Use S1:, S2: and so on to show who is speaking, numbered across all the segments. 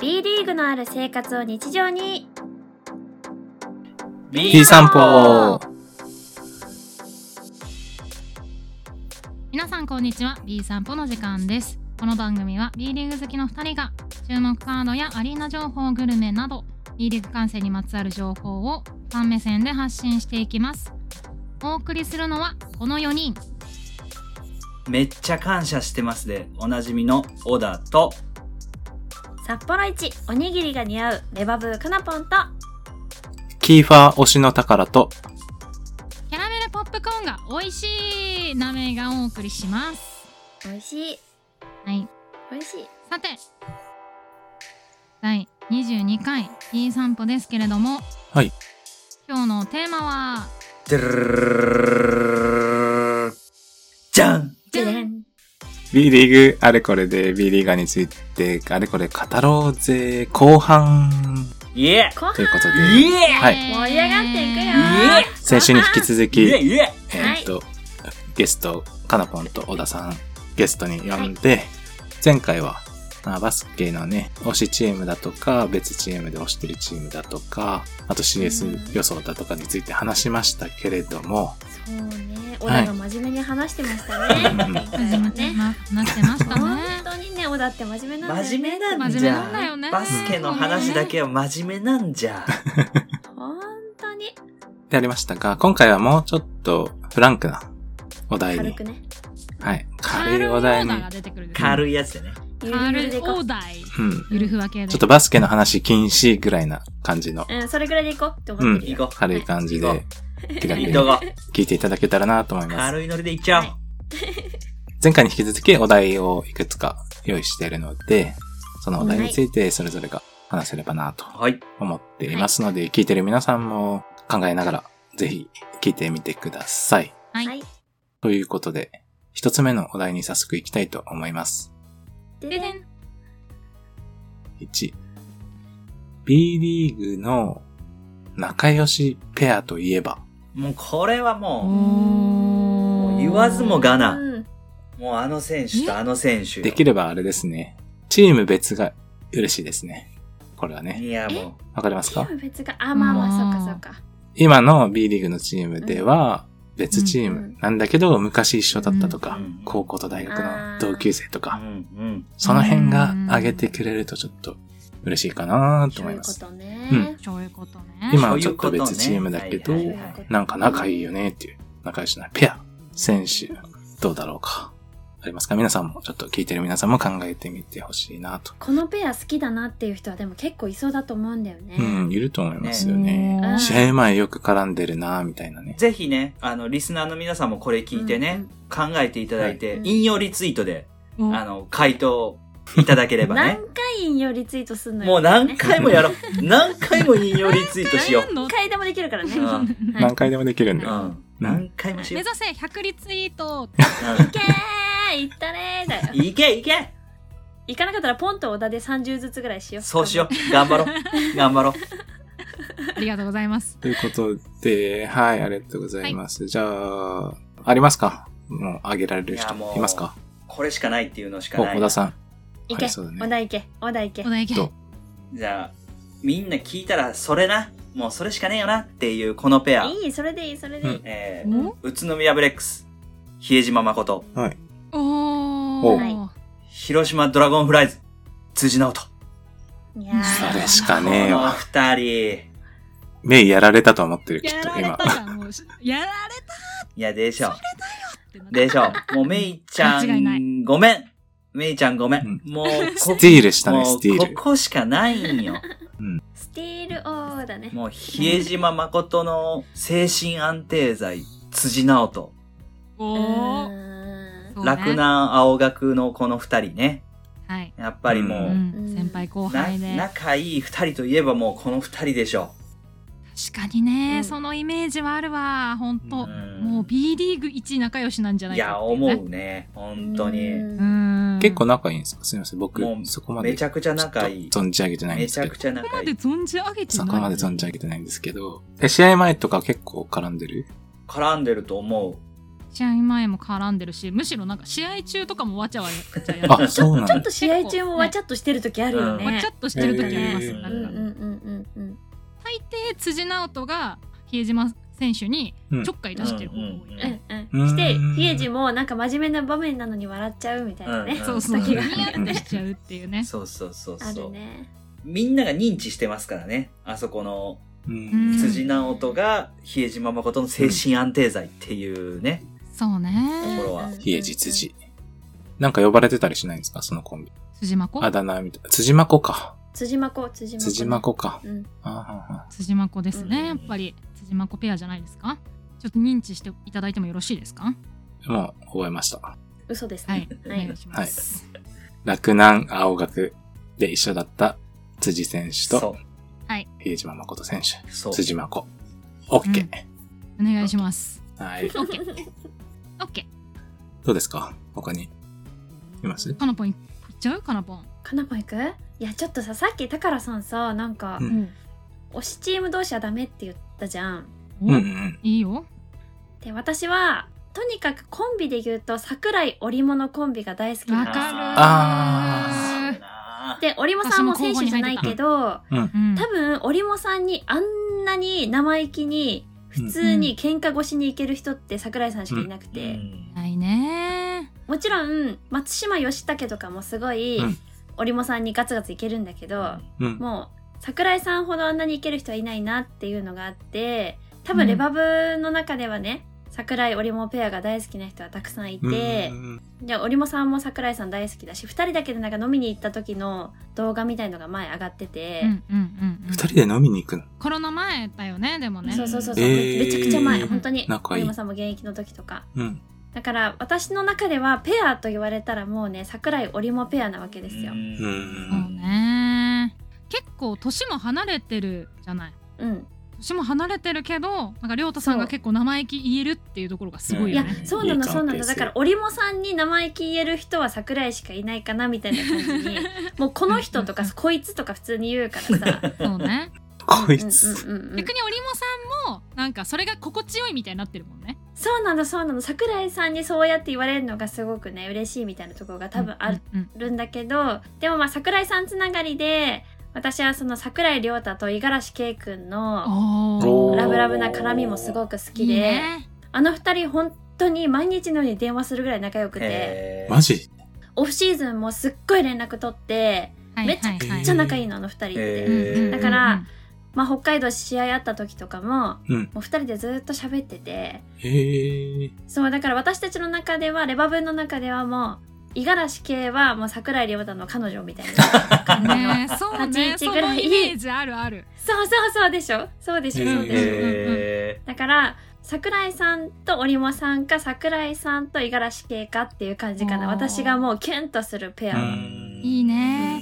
S1: B リーグのある生活を日常に
S2: B 散歩
S3: 皆さんこんにちは B 散歩の時間ですこの番組は B リーグ好きの2人が注目カードやアリーナ情報グルメなど B リーグ観戦にまつわる情報をファン目線で発信していきますお送りするのはこの4人
S2: めっちゃ感謝してますでおなじみの小田と
S1: 札幌一おにぎりが似合うレバブーかなぽんと
S4: キーファー推しの宝と、
S3: キャラメルポップコーンが美味しいなめがお送りします
S1: 美味しい
S3: はい
S1: 美味しい
S3: さて第22回 B 散歩ですけれども
S4: はい
S3: 今日のテーマは
S2: でるるるるるじゃん
S1: じゃん
S4: B リーグあれこれで B リーガーについてあれこれ語ろうぜ後半
S2: イエ
S1: 後半
S4: ということ
S2: イ
S4: で、
S2: エ
S4: はい
S1: 盛り上がっていくよ
S2: イエ
S4: 先週に引き続
S2: イ
S4: き、
S2: エ
S4: え
S2: イエ
S4: ーっと、ゲスト、かなぽんと小田さん、ゲストに呼んで、前回は、まあバスケのね、推しチームだとか、別チームで推してるチームだとか、あと CS 予想だとかについて話しましたけれども、
S1: そうね小田が真面目に話してましたね、
S4: うん
S3: 始まって
S1: ね
S3: まなってました
S1: 本
S3: ね
S1: 当にね小田って真面目なんだよね
S2: 真面目なん
S3: 真
S2: じ
S3: 面目なんだ
S2: ゃ
S3: よね
S2: バスケの話だけは真面目なんじゃ
S1: 本当に
S4: でありましたが、今回はもうちょっとフランクなお題
S1: 軽
S4: に
S1: く、ね
S4: はい、
S3: カ
S4: 軽
S3: ー
S4: い
S3: ルオ
S4: お
S3: ーダ
S4: 題
S3: ー
S4: に、
S3: が出てくるんですね
S2: 軽いやつでね
S1: ゆ
S3: カー
S1: るゆるでい
S3: ル
S1: こ
S3: オ
S1: う
S3: ーダー
S4: うん、
S3: ゆるふわ系で
S4: ちょっとバスケの話禁止ぐらいな感じの
S1: うんそれぐらいでいこうって思ってる
S2: 行
S1: よ、
S2: こ
S4: 軽い感じで気
S2: う
S4: 楽
S2: い
S4: に
S2: いとこ
S4: 聞いていただけたらなと思います。
S2: 軽いノリでいっちゃおう
S4: 前回に引き続きお題をいくつか用意しているので、そのお題についてそれぞれが話せればなと
S2: はい
S4: 思っていますので、聞いてる皆さんも考えながらぜひ聞いてみてください。
S3: はい
S1: はい
S4: ということで、一つ目のお題に早速いきたいと思います。
S1: で
S3: で
S1: で
S3: で
S1: ん
S3: ん
S4: 1、B リーグの仲良しペアといえば、
S2: もうこれはも
S1: も
S2: う言わずもがな
S1: うん
S2: もうあの選手とあの選手よ
S4: できればあれですね。チーム別が嬉しいですね。これはね。
S2: いやも
S4: わかります
S1: チ
S4: か
S1: ーム別があまあまあ、
S3: うん
S1: そっかそっか
S4: 今の B リーグのチームでは、別チームなんだけど、昔一緒だったとか
S2: うん、
S4: 高校と大学の同級生と
S2: うう
S4: か、
S2: ん
S4: その辺が上げてくれるとちょっと嬉しいかな
S1: そ
S4: と
S1: うい
S4: 思い
S1: う
S4: ま
S1: こ
S4: す。
S1: とね、
S4: うん
S3: そういうことね
S2: うん
S4: 今はちょっと別チームだけ
S2: そ
S4: ど
S2: ういうことねはいはいはい
S4: なんか仲いいよねっていう、仲良しなペア、選手、どうだろうか。ありますか皆さんも、ちょっと聞いてる皆さんも考えてみてほしいなと。
S1: このペア好きだなっていう人はでも結構いそうだと思うんだよね、
S4: うん、いると思いますよね。
S3: うん
S4: 試合前よく絡んでるなみたいなね。
S2: ぜひね、あの、リスナーの皆さんもこれ聞いてね、考えていただいて、
S1: はい
S2: 引用リツイートで、
S3: お
S2: あの、回答いただけ ればね
S1: 何。回引用リツイートすんのよ
S2: もう何回もやろう。何回も引用リツイートしよ
S3: 何の
S1: 何回でもできるからね、
S2: う。う
S1: はい
S2: ん。
S4: 何回でもできるん
S2: う
S4: で。
S2: ん。何回もし
S3: 目
S2: よう
S3: 指せ100リツイート。
S1: いけーいったねーだ
S2: うん
S1: よ
S2: いけいけ
S1: 行かなかったらポンと小田で30ずつぐらいしよう
S2: そうしよう。頑張ろう。頑張ろう。
S3: ありがとうございます
S4: ということで、はい、ありがとうございます。じゃあ、ありますかもう、あげられる
S2: いや
S4: 人
S2: もう
S4: いますか
S2: これしかないっていうのしか
S4: お、
S2: ない
S4: 小田。さん。
S1: 行け、
S4: はいそうだね
S1: 小田行け小田行け
S3: お題いけ
S4: どう
S2: じゃあ、みんな聞いたら、それな。もうそれしかねえよなっていう、このペア。
S1: いいそれでいいそれでいい、
S2: えー、
S3: お
S2: 宇都宮ブレックス、比江島誠、
S4: はい。
S3: お
S1: は
S3: ー
S2: 広島ドラゴンフライズ、辻直人。
S1: いやー
S4: それしかねえ
S2: この
S4: わ。
S2: 二人。
S4: 目やられたと思ってる、きっ
S3: や
S4: と、
S3: られ
S4: 今
S3: た。らもうしやられ
S2: いや、でしょ。
S3: たって
S2: でしょ。もう、めいちゃ、
S3: 間違いなん
S2: ごめん。めいちゃん、ごめん。
S4: うん
S2: もう、こ
S4: スティールしたね、
S2: も
S4: スティー
S2: う、
S4: ル
S2: こ。こしかないんよ。
S1: スティール王だね
S2: もう、比江島誠の精神安定剤、辻直人、
S1: う
S3: おー
S1: ーん
S3: そうね
S2: 洛南青学のこの二人ね。
S3: はい。
S2: やっぱりも
S3: う
S2: う、
S3: ん先輩後
S2: な
S3: 輩で。
S2: 仲いい二人といえばもうこの二人でしょ。
S3: 確かにね、
S1: うん
S3: そのイメージはあるわ、本当。
S2: うん
S3: もう B リーグ一仲良しなんじゃないいか
S2: や、
S3: ってい
S2: 思
S3: ね
S2: うね。本当に。
S3: う。ん。
S4: 結構
S3: な。
S4: 仲いいんですかすみません。僕
S2: も、う
S4: そこまで。
S2: めちゃくちゃ仲いい。
S4: 存じ上げてないん
S2: め
S4: で
S2: ち
S4: す
S2: ゃ
S4: け
S2: く
S4: ど。
S2: ちゃ
S3: そこ
S2: 仲
S3: ま
S2: い
S3: で
S2: い。
S3: 存じ上げて
S4: そ
S3: ない。
S4: こまで 存じ上げてないんですけど。え、試合前とか結構絡んでる
S2: 絡んでると思う。
S3: 試合前も絡んでるしむしろなんか試合中とかもわちゃわちゃやる
S4: あ、そうなん
S1: ちょ
S4: だ
S1: っ。と試合中もわちゃっとしてる時あるよね。
S2: うん
S3: わちゃっとしてる時あります
S4: へ
S3: よ
S4: ー
S3: な
S1: うん
S3: ん
S1: う
S3: か
S1: んうんうんうん。
S3: 大抵辻直人が比江島選手にちょっかい出してる方が多い、
S2: うん
S1: うんうん、して、ヒエジもなんか真面目な場面なのに笑っちゃうみたいなね。
S2: うん
S3: そうそう
S1: 先
S3: ニ
S1: が
S3: ヤってしちゃうっていうね
S2: そうそうそう
S1: あ
S2: そ
S1: る
S2: う、
S1: ね。
S2: みんなが認知してますからねあそこの
S4: うん
S2: 辻直人が比江島誠の精神安定剤っていうね、
S3: そうね
S2: ところは
S4: 比江寺辻。なんか呼ばれてたりしないんですかそのコンビ。
S3: 辻真子
S4: あだ名みたいな。辻まこか。
S1: 辻まこ、辻まこ。
S4: 辻まこか。
S1: うん。
S4: あはは
S3: 辻真子です
S2: うん
S3: ねやっぱり辻真子ペアじゃないですかちょっと認知していただいてもよろしいですか
S4: もう覚えました。
S1: 嘘です
S3: はい
S1: ね。
S3: お
S1: はい
S3: 願いします
S4: 洛南青学で一緒だった辻選手
S2: そ
S4: と
S2: う
S4: 比江島誠選手。
S2: そう
S4: 辻まこ。オッケ
S3: お願いします
S4: ー。はい。
S3: オッケーオッケ
S4: どうですか他に。います
S3: ーかなぽんいっちゃうかなぽん
S1: かなぽんいくいや、ちょっとさ、さっき宝さんさ、なんか、
S4: う
S1: うんん推しチーム同士はダメって言ったじゃん。
S4: うんうんうん。
S3: いいよ
S1: で、私は、とにかくコンビで言うと、桜井織物コンビが大好きな
S3: わ
S1: んです
S3: かる
S4: あ
S2: そうな
S1: で、織茂さんも選手じゃないけど、
S3: うん
S1: 多分、織茂さんにあんなに生意気に、普通に喧嘩越しに行ける人って桜井さんしかいなくて、
S2: うん
S3: ないね
S1: もちろん、松島義武とかもすごい
S4: うん、
S1: 織茂さんにガツガツいけるんだけど、
S4: うん。
S1: もう、桜井さんほどあんなにいける人はいないなっていうのがあって、多分、レバブの中ではね、桜井織茂ペアが大好きな人はたくさんいて、
S4: うん
S1: じゃあ織茂さんも桜井さん大好きだし2人だけでなんか飲みに行った時の動画みたいのが前上がってて
S3: うん、うんうんうん
S4: 二人で飲みに行くの
S3: コロナ前だよねでもね
S1: そうそうそうそう、
S4: えー
S1: めちゃくちゃ前本当に
S4: 仲いい
S1: 織茂さんも現役の時とか
S4: うん。
S1: だから私の中ではペアと言われたらもうね桜井織茂ペアなわけですよ
S2: う、ん
S3: そうね結構年も離れてるじゃない
S1: うん、
S3: 年も離れてるけどなんか亮太さんが結構生意気言えるっていうところがすごい
S1: い
S3: よ
S1: や
S3: ね、
S1: そうなの
S4: いい関係性
S1: そうなのだから織茂さんに生意気言える人は桜井しかいないかなみたいな感じ にもうこの人とかこいつとか普通に言う からさ
S3: そうね
S4: こいつ。
S1: うんうんうんうん
S3: 逆に織茂さんもなんかそれが心地よいみたいになってるもんね
S1: そうなのそうなの桜井さんにそうやって言われるのがすごくね嬉しいみたいなところが多分あ
S3: うんうん
S1: るんだけど、でもまあ桜井さんつながりで私はその桜井亮太と五十嵐圭君の
S3: お
S4: おー
S1: ラブラブな絡みもすごく好きで
S3: いいね
S1: あの二人本当に毎日のように電話するぐらい仲良くて
S2: へー
S4: マジ
S1: オフシーズンもすっごい連絡取って
S3: はいはいはい
S4: めっちゃ
S1: めっちゃ仲いいのあの二人って、
S2: へ
S3: うんうんうん
S1: だからまあ、北海道試合あった時とかも
S4: うん。
S1: もう二人でずっと喋ってて
S4: へえ。
S1: そうだから私たちの中ではレバブンの中ではもう五十嵐系はもう桜井亮太の彼女みたいな感じの
S3: ねそうね
S1: 立ち位
S3: そ
S1: 置ぐ
S3: の
S1: らい
S3: イメージあるある
S1: そうそうそうでしょそうでしょそうでしょ、
S2: へ
S1: だから桜井さんと織茂さんか桜井さんと五十嵐系かっていう感じかな
S3: おー
S1: 私がもうキュンとするペ
S2: ー
S1: ア、
S4: うん
S3: いいね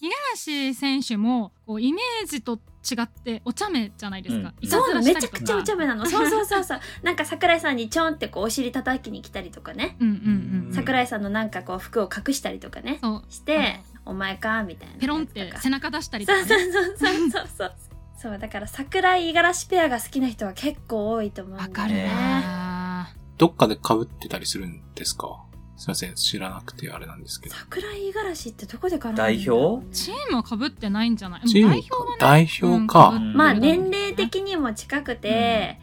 S3: 五十嵐選手もこうイメージと違ってお茶目じゃないですか、
S2: うん
S3: いた
S1: そう
S3: ず
S1: な
S3: ら
S1: のめ
S3: したり
S1: ち
S3: と
S1: ゃ
S3: か
S1: くちゃお茶目なのそうそうそうそう なんか桜井さんにちょんってこうお尻叩きに来たりとかね
S3: うんうんうん
S1: 桜井さんのなんかこう服を隠したりとかね
S3: そう
S1: して「お前か」みたいな
S3: ペロンっ
S1: やつ
S3: て
S1: とか
S3: 背中出したりと
S1: そ
S3: か、
S1: うそう
S3: ね、
S1: そうそうそうそうそうだから桜井五十嵐ペアが好きな人は結構多いと思うんだ
S3: わ
S1: よね
S3: かるな
S4: どっかで被ってたりするんですかすいません、知らなくてあれなんですけど。
S1: 桜井五十嵐ってどこで絡んで
S2: 代表
S3: チームは被ってないんじゃない
S4: チームか代表か。
S2: うん
S1: まあ年齢的にも近くて、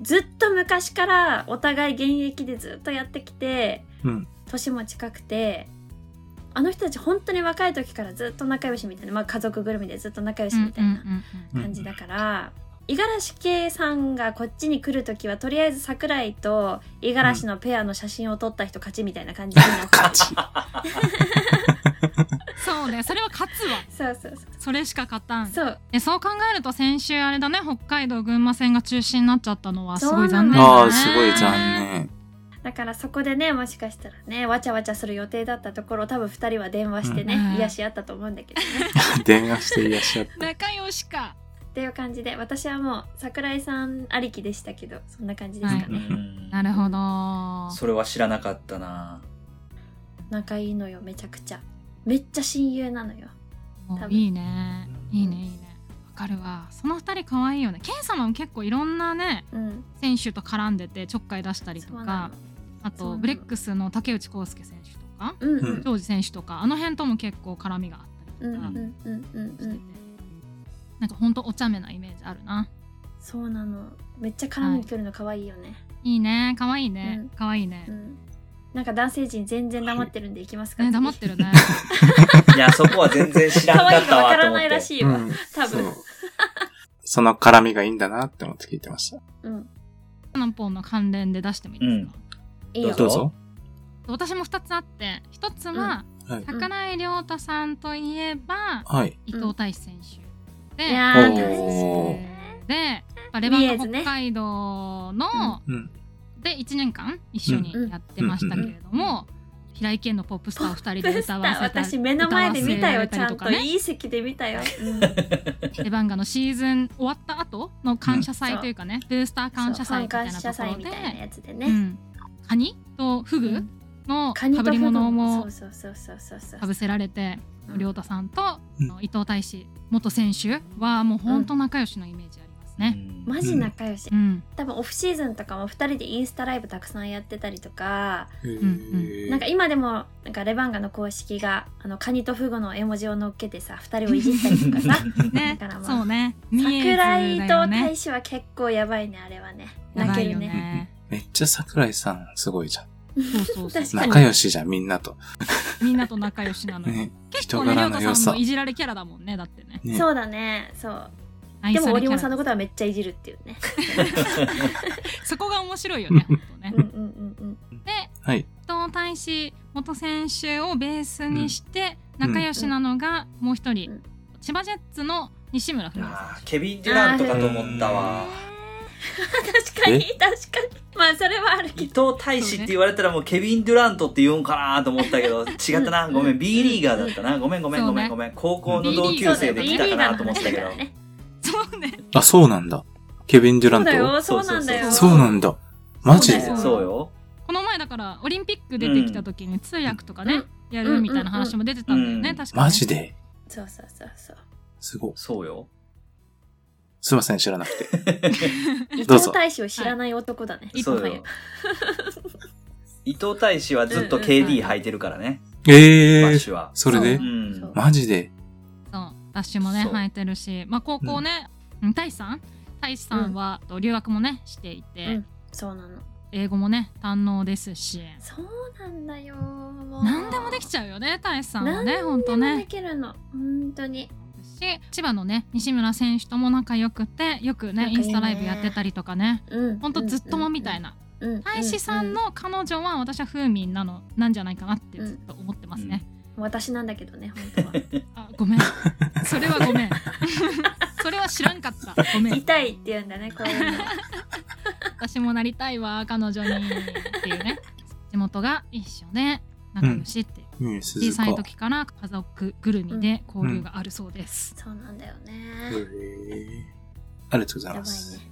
S1: ずっと昔からお互い現役でずっとやってきて
S4: うん。
S1: 年も近くてあの人たち本当に若い時からずっと仲良しみたいな、まあ、家族ぐるみでずっと仲良しみたいな感じだから五十嵐圭さんがこっちに来る時はとりあえず桜井と五十嵐のペアの写真を撮った人勝ちみたいな感じになって
S4: 勝ち。
S3: そうねそれは勝つわ
S1: そうそうそう
S3: それしか勝たん
S1: そう
S3: えそう考えると先週あれだね北海道群馬戦が中止になっちゃったのはすごい残念だね
S4: ああ、すごい残念。
S1: だからそこでねもしかしたらねわちゃわちゃする予定だったところ多分2人は電話してね、
S3: うん
S1: 癒し合ったと思うんだけどね
S4: 電話していらっしゃった。
S3: 仲良しか
S1: っていう感じで私はもう桜井さんありきでしたけどそんな感じですか
S2: う
S1: ね、
S2: ん
S3: なるほど
S2: それは知らなかったな
S1: 仲いいのよめちゃくちゃめっちゃ親友なのよ
S3: もう
S1: 多分
S3: いいねいいねいいねわかるわその二人可愛いよねケン様も結構いろんなね
S1: うん
S3: 選手と絡んでてちょっかい出したりと
S1: そうな
S3: か
S1: の
S3: あ
S1: そうな
S3: と
S1: の
S3: ブレックスの竹内康介選手とか
S1: うんうん
S3: ジョージ選手とかあの辺とも結構絡みがあった
S1: うん
S3: りと
S1: う
S3: か
S1: んうんうん
S3: してて、
S1: うん
S3: なんかほんとお茶目なイメージあるな
S1: そうなのめっちゃ絡みに来るの可愛いよね、
S3: いいね可愛いね、
S1: うん
S3: 可愛いね
S1: う、んなんか男性陣全然黙ってるんでいきますか、
S3: ね黙ってるね
S2: いや、そこは全然知らん
S1: 可
S2: か
S1: 愛い
S2: っ
S1: か
S2: た
S1: わ
S2: わ
S1: か
S2: と
S1: ら
S2: 思っ
S1: ない
S2: て。
S1: らしいわ、
S4: うん。
S1: 多
S4: そ
S1: 分
S4: う。その絡みがいいんだなって思って聞いてました。
S1: うん
S3: カナポンの関連で出してもいいですか、
S1: いいよ
S2: ど
S4: ど
S2: う
S4: う
S2: ぞ
S4: ぞ。
S3: 私も2つあって1つは、
S4: はい。
S3: 桜井亮太さんといえば、
S4: はい。
S3: 伊藤大志選手で、
S1: いやー
S4: おー
S1: 大好き
S3: でやっぱレバンガ
S1: ミエズね
S3: 北海道の、
S4: うん。
S3: で1年間一緒にやってましたけれども、平井堅のポップスター2人で歌わせた
S1: 私目の前で見たよち
S3: 歌
S1: ゃ
S3: わせ
S1: ん
S3: た
S1: と
S3: りね
S1: いい席で見たよ、うん
S3: レバンガのシーズン終わった後の感謝祭というかね、ブースター感謝祭みたい
S1: 感
S3: な
S1: 謝
S3: ところ
S1: 祭み
S3: で
S1: たいなやつで
S3: う
S1: ね、
S3: ん、カニとフ
S1: う
S3: グ
S1: ん
S3: の
S1: カ
S3: か
S1: ニと
S3: ぶり物も
S1: そうそうそうそうそう
S3: か
S1: そう
S3: ぶせられて
S1: うん
S3: 亮太さんと、
S4: うん
S3: あの伊藤大志元選手はもうほんと仲良しのイメージありますね。
S1: マジ仲良し、
S3: うん
S1: 多分オフシーズンとかも2人でインスタライブたくさんやってたりとか、
S4: へー
S3: うん
S1: なんか今でもなんかレバンガの公式があのカニとフグの絵文字を乗っけてさ2人をいじったりとか さ
S3: ね
S1: だから、まあ
S3: そうね。ミエズだ
S1: 桜井と
S3: よね
S1: 大使は結構やばいねあれはね
S3: や
S1: 泣
S3: ば
S1: け
S3: いよ
S1: るね
S3: ね。
S4: めっちゃ桜井さんすごいじゃん。
S3: そうそうそう。
S1: 確かに
S4: 仲良しじゃん、みんなと。
S3: みんなと仲良しなのよ。
S4: ね。
S3: 結
S4: 人
S3: 構ね、りょ
S4: 柄
S3: う
S4: の
S3: た
S4: 良
S3: さ
S4: さ
S3: んも。いじられキャラだもんね、だってね。
S4: ね
S1: そうだねそう
S3: 愛
S1: で
S3: さ
S1: も織
S3: れキャ
S1: 本
S3: ラ
S1: さんのことはめっちゃいじるっていう ね
S3: そこが面白いよね、ほんとね
S1: うん。うんうん
S3: で、
S4: はい。
S3: 伊藤大志元選手をベースにして、仲良しなのがもう一人、
S1: うん
S3: 千葉ジェッツの西村文也
S2: あーケビン・デュラントかと思ったわ。
S1: 確かに確かにまあそれはあるけ
S2: 伊
S1: ど
S2: 藤大志って言われたらもうケビン・デュラントって言うんかなと思ったけど、違ったな。ごめん、B リーガーだったな。ごめん、ごめん、ごめん、ごめん。高校の同級生で来たかなと思ったけど。
S3: 選手そうね
S4: あ、そうなんだ。ケビン・デュラ
S1: そう
S4: ン
S1: だ
S4: ト。
S1: よそうなんだよ
S4: そうなんだ。マジ
S3: そう
S4: で
S3: だよ
S2: そうよ。
S3: この前だからオリンピック出てきた時に通訳とかね、やるみたいな話も出てたんだよね、
S2: うん
S3: 確かに、
S4: マジで
S1: そうそうそうそう
S4: すごい。
S2: そうよ。
S4: すいません、知らなくて。
S1: 伊
S4: どう
S1: 藤
S4: ぞ
S1: 大使を知らない男だね、い、
S2: そうよ。伊藤大志はずっと KD 履いてるからね。バ
S4: え
S2: ッ
S4: え
S2: シュは。
S4: それで
S2: う
S3: そ
S2: ん。
S4: マジで
S3: そうダッシュもね
S2: そう
S3: 生えてるしまあ高校ね、うん、大志さん大志さんは、と留学もねしていて、
S1: うんそうなの
S3: 英語もね堪能ですし
S1: そうなんだよもう
S3: 何でもできちゃうよね大志さんはね
S1: 何
S3: ほん
S1: で
S3: と
S1: も
S3: ね
S1: できるの本当に
S3: し千葉のね西村選手とも仲良くてよくね
S1: 仲いい
S3: イ
S1: ね
S3: ンスタライブやってたりとかね
S1: うん
S3: ほんとずっともみたいな
S1: うんうん
S3: 大志さんの彼女は私は風民なのなんじゃないかなってずっと思ってますね、
S1: 私なんだけどね本当は
S3: あごめんそれはごめんそれは知らんかったごめん
S1: 痛いって言うんだねこういうのは
S3: 私もなりたいわ彼女にっていうね地元が一緒で仲良しって、
S4: ねえ、
S3: 小
S4: 鈴
S3: さ
S4: 鹿。
S3: い時から家族ぐるみで交流があるそうです、
S1: そうなんだよ
S4: へ
S1: ね
S4: ーありがとうござい
S1: やばい
S4: ます
S1: ね。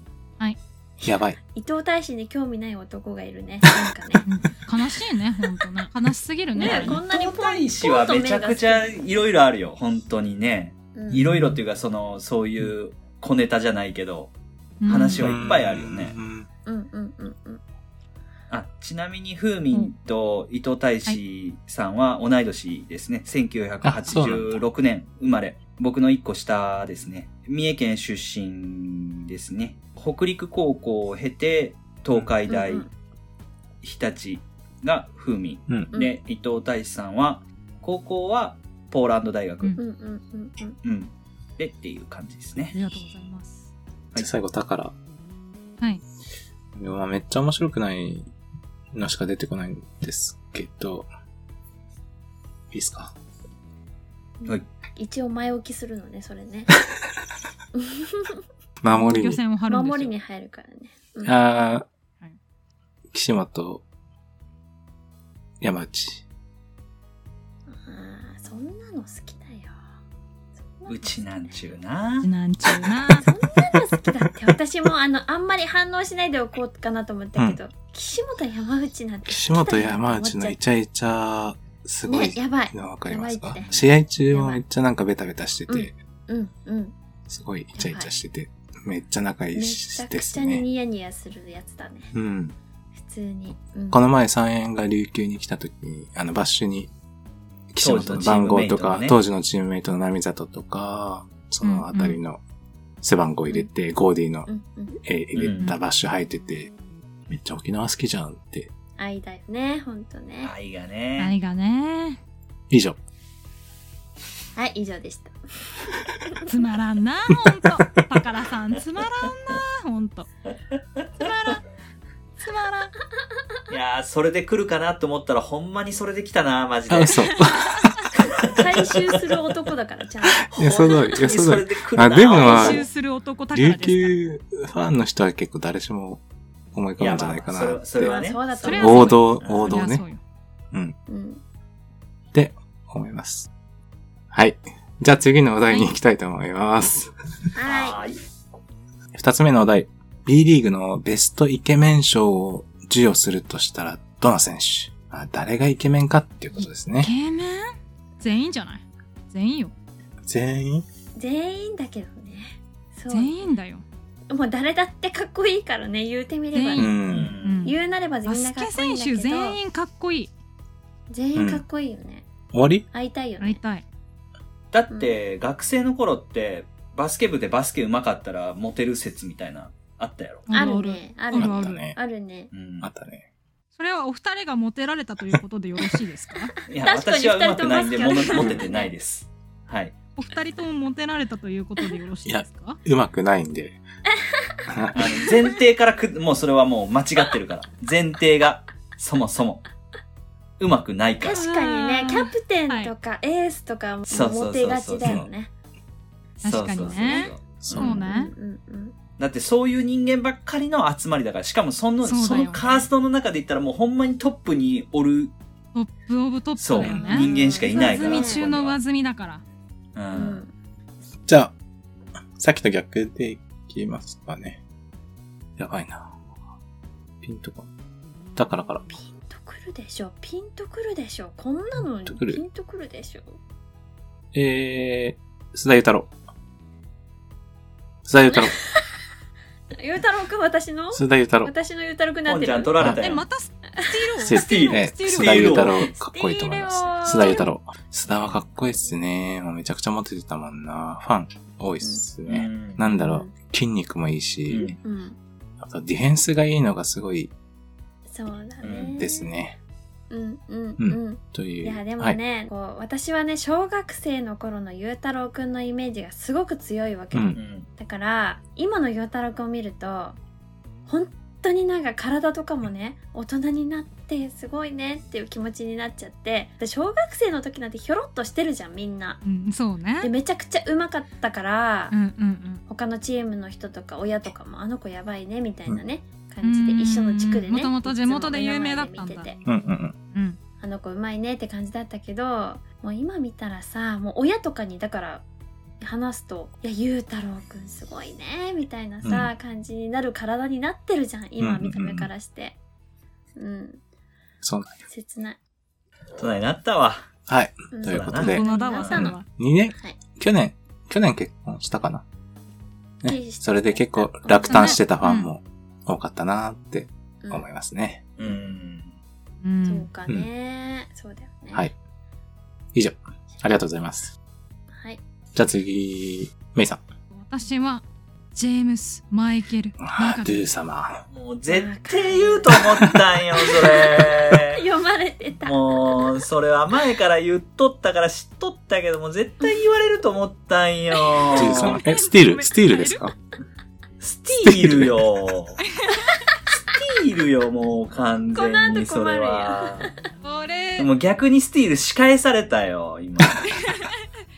S4: やばい。
S1: 伊藤大使に興味ない男がいるねなんかね
S3: うん悲しいねほんとね悲しすぎるね
S1: ねえ
S3: これ
S1: こんなに
S2: 伊
S1: ポン
S2: 藤大志はめちゃくちゃいろいろあるよ。本当にね。
S1: うん
S2: いろいろっていうか、その、そういう小ネタじゃないけど。
S3: うん
S2: 話はいっぱいあるよね
S4: うん。
S1: うんうんうんうん
S2: あ、ちなみに、風民と伊藤大志さんは同い年ですね。
S4: あそうなん
S2: 1986年生まれ。僕の一個下ですね。三重県出身ですね。北陸高校を経て、東海大、
S1: うん
S2: 日立が風民。
S4: うん。
S1: うん
S2: で、伊藤大志さんは、高校はポーランド大学。う
S3: うんん
S1: うんうんうんうん
S2: で、っていう感じです
S3: あ
S2: ね。
S3: りがとうございます
S4: じゃあ最後、だから。
S3: はい
S4: まあ、めっちゃ面白くないのしか出てこないんですけど。いいっすか
S2: はい
S1: 一応前置きするのねそれ ね
S4: 守り
S3: 漁
S4: に。
S3: 船を張るんですよ
S1: 守りに入るからねうん
S4: あー
S3: はい
S4: 岸本、山内。
S1: あーそんなの好きだよそなの好きだよ
S2: うちなんちゅうな。
S3: なんちゅうな
S1: そんなの好きだって私もあのあんまり反応しないでおこうかなと思ったけど、岸本山内なんて
S4: 岸本、山内のイチャイチャ、すごい
S1: ねやばい
S4: のわかります
S1: や
S4: か
S1: ばいって
S4: 試合中もめっちゃなんかベタベタしてて、
S1: うんうん
S4: すごいイチャイチャしてて、めっちゃ仲い
S1: め
S4: い
S1: ち
S4: し
S1: ゃく
S4: です
S1: ちゃに
S4: ね。
S1: ニヤニヤするやつだね
S4: うん。
S1: 普通に、うん
S4: この前三円が琉球に来た時に、あの、バッシュに、岸本
S2: 当時
S4: の
S2: のチー
S4: 番
S2: ムメ
S4: 号
S2: イト
S4: と
S2: が
S4: か、
S2: ね
S4: 当時のチームメイトの波里とか、そのあたりの背番号入れて、ゴーディの
S1: うんうん、
S4: えー入れたバッシュ入ってて、めっちゃ沖縄好きじゃんって。
S1: 愛だよねほんとね
S2: 愛がね。
S3: 愛がね
S4: 以上。
S1: はい以上でした
S3: つまらんなほんと宝さんつまらんなほんとつまらんつまらん
S2: いやー、それで来るかなと思ったら、ほんまにそれで来たな、マジ
S4: あ、
S2: で。
S4: 嘘。
S1: 回収する男だからちゃんと
S4: 予想通り
S2: 本当に
S4: 予想通り
S2: それで来るな。
S4: あでもまあ
S3: 回収する男宝ですか
S4: 琉
S3: ら
S4: 球ファンの人は結構誰しも思い浮かぶんじゃないかなっ
S2: それ
S4: て
S2: はね。
S1: そうだと
S3: 思う
S4: 王道、
S2: そ
S4: 王道
S3: そりゃそ
S4: ね、
S3: うよ
S1: うん
S4: 思います。はい。じゃあ次のお題に行きたいと思います。
S1: は
S2: はーい。
S4: 二つ目のお題。B リーグのベストイケメン賞を授与するとしたら、どの選手あ誰がイケメンかっていうことです
S3: イ
S4: ね。
S3: ケメン全員じゃない全員よ
S4: 全員
S1: い全員だけどねそう
S3: 全員だよ
S1: もう誰だってかっこいいからね言うてみれば、
S3: 全
S4: う。
S3: 員
S2: うん
S3: うん
S1: 言うなればみ
S3: バ
S1: ん
S3: ス
S1: なか
S3: ケ
S1: っこいい
S3: 選
S1: んだけ
S3: 手
S1: ど
S3: 全員かっこいい
S1: 全員かっこいいよね、
S4: 終わり
S1: 会いたいよ
S3: 会い
S1: ね
S3: たい
S2: だって、学生の頃って、バスケ部でバスケ上手かったら、モテる説みたいな、あったやろ。
S1: あるねあ
S3: あ
S1: る
S3: る
S1: ね
S3: あ
S4: あった
S3: る
S4: ね
S1: あるね
S2: うん
S4: あったね。
S3: それはお二人がモテられたということでよろしいで すか
S2: いや、
S1: 確かに
S2: 私は上手くないんで、
S1: 二人ともバ
S2: もの
S1: スケ
S2: モテてないです。はい。
S3: お二人ともモテられたということでよろしいですか
S4: うまくない んで。
S2: あの前提からく、もうそれはもう間違ってるから。前提が、そもそも。うまくないから。
S1: 確かにねキャプテンとかエースとかも
S2: そうそうそうそう
S1: モテがちだよね
S2: そうそうそう
S3: 確かにね
S2: そう
S3: そう
S2: うん
S3: ね
S1: うんうん
S2: だってそういう人間ばっかりの集まりだから、しかもその、
S3: そうだよ
S2: そ
S3: ね
S2: のカーストの中で言ったらもうほんまにトップにおる、
S3: トップオブトッ
S2: そう、
S3: プだよね
S2: 人間しかいないから。
S3: 上積み中の上積みだから
S2: う。
S1: うんん
S4: じゃあ、さっきと逆でいきますかね。やばいな。ピンとこないだからから。
S1: ピンとくるでしょピンとくるでしょこんなの
S4: ピン
S1: に
S4: とくる
S1: ピンとくるでしょ
S4: えー、須田裕太郎。須田裕太郎。
S1: ゆうたろうくん私の
S4: 須田裕太郎。
S1: 私のゆうたろうくんな
S2: ポ
S1: っ
S2: ン
S1: て
S2: ちゃん
S1: る
S2: 取られた
S3: え
S2: よ。
S3: またス
S4: ス
S3: スティール
S4: え
S3: スティール
S4: 須
S2: スティ
S4: 田
S2: ール
S4: 裕太郎、かっこいいと思います。
S1: スティール
S4: 須田裕太郎。須田はかっこいいっすね。もうめちゃくちゃモテてたもんな。ファン、多いっす
S2: う
S4: ね。
S2: ん
S4: なんだろう、筋肉もいいし、
S1: うん
S4: あとディフェンスがいいのがすごい
S1: そうだ
S2: う
S1: ね
S4: ですね。
S1: うんうん
S4: う
S1: うんん
S4: という。
S1: いやでも
S4: はい
S1: ね、こう私はね小学生の頃のゆうたろうくんのイメージがすごく強いわけ、
S4: う。
S2: うんん。
S1: だから今のゆうたろうくんを見ると本当になんか体とかもね大人になってすごいねっていう気持ちになっちゃってで小学生の時なんてひょろっとしてるじゃんみんな。
S3: うんそう
S1: で
S3: ね
S1: めちゃくちゃうまかったから、
S3: うんうんうん
S1: 他のチームの人とか親とかもあの子やばいねみたいなね、感じで一緒の地区でね
S3: もともと地元で有名だったんだ
S1: いつも目の前で見てて
S4: うんうんうん。
S3: うん
S1: あの子うまいねって感じだったけどもう今見たらさもう親とかにだから話すと「いやゆうたろうくんすごいね」みたいなさ、感じになる体になってるじゃん
S4: うんうん
S1: 今
S4: うん
S1: 見た目からしてうん、
S4: そう
S1: 切ない、
S2: 隣になったわ。
S4: はい。
S1: うん、
S4: ということ
S2: あ
S4: で
S3: 大、人
S1: 大
S3: だ
S1: 人
S3: わ
S1: だわ
S4: 2年、
S1: はい
S4: 去年、去年結婚したかな。ね、
S1: 結婚した
S4: それで結構落胆してたファンも多かったなーって
S1: うん
S4: 思いますね。
S2: うん。
S3: う
S1: そうんかね、そうだよね
S4: はい。以上。ありがとうございます。
S1: はい
S4: じゃあ次、メイさん。
S3: 私はジェームスマイケル
S4: あ
S3: マ
S4: ー、ドゥー様。
S2: もう絶対言うと思ったんよ、それ。
S1: 読まれてた
S2: もう、それは前から言っとったから知っとったけども、絶対言われると思ったんよ。
S4: ドゥー
S3: さ
S4: 様
S3: ん。
S4: え、スティール、スティールですか
S2: スティールよ。スティールよ、もう完全にそれは。
S3: これ
S2: もう逆にスティール仕返されたよ、今。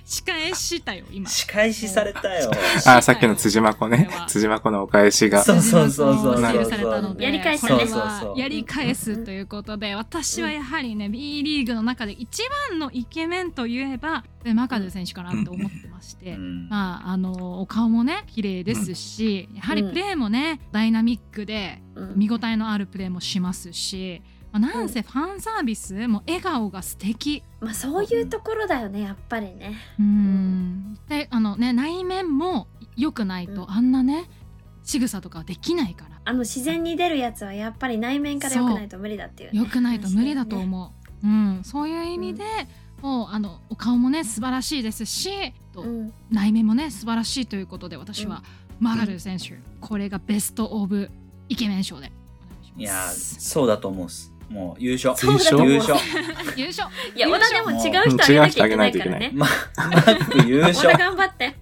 S3: 仕返したよ今
S2: 仕返しされたよ。
S4: あー、さっきの辻まこね
S3: これは。
S4: 辻まこのお返しが。
S2: そうそうそうそう
S3: 自分のス
S4: なる
S3: キルされたので
S1: やり返した
S2: ね
S3: これはやり返すということで私はやはりね B リーグの中で一番のイケメンといえばでマカドゥ選手かなと思ってまして、
S2: うん
S3: まああのお顔もね綺麗ですし、やはりプレーもねダイナミックで
S1: うん
S3: 見応えのあるプレーもしますし、まあ、なんせファンサービスも笑顔が素敵
S1: まあそういうところだよねやっぱりね
S3: うんであのね内面も良くないとあんなね仕草とかはできないから
S1: あの自然に出るやつはやっぱり内面から良くないと無理だっていうね、
S3: 良くないと無理だと思う、うん、そういう意味で、もうあのお顔もね素晴らしいですし、と
S1: うん、
S3: 内面もね素晴らしいということで私は、マガル選手これがベスト・オブ・イケメン賞でお
S2: い
S3: 願い
S2: や
S3: しま
S2: ー
S3: す
S2: そうだと思うっすもう優勝
S4: 優勝
S2: 優勝
S3: 優勝
S1: いや小田でも違う人あげなきゃいけないからね
S2: ママック優
S1: 小田
S2: 勝
S1: 頑張って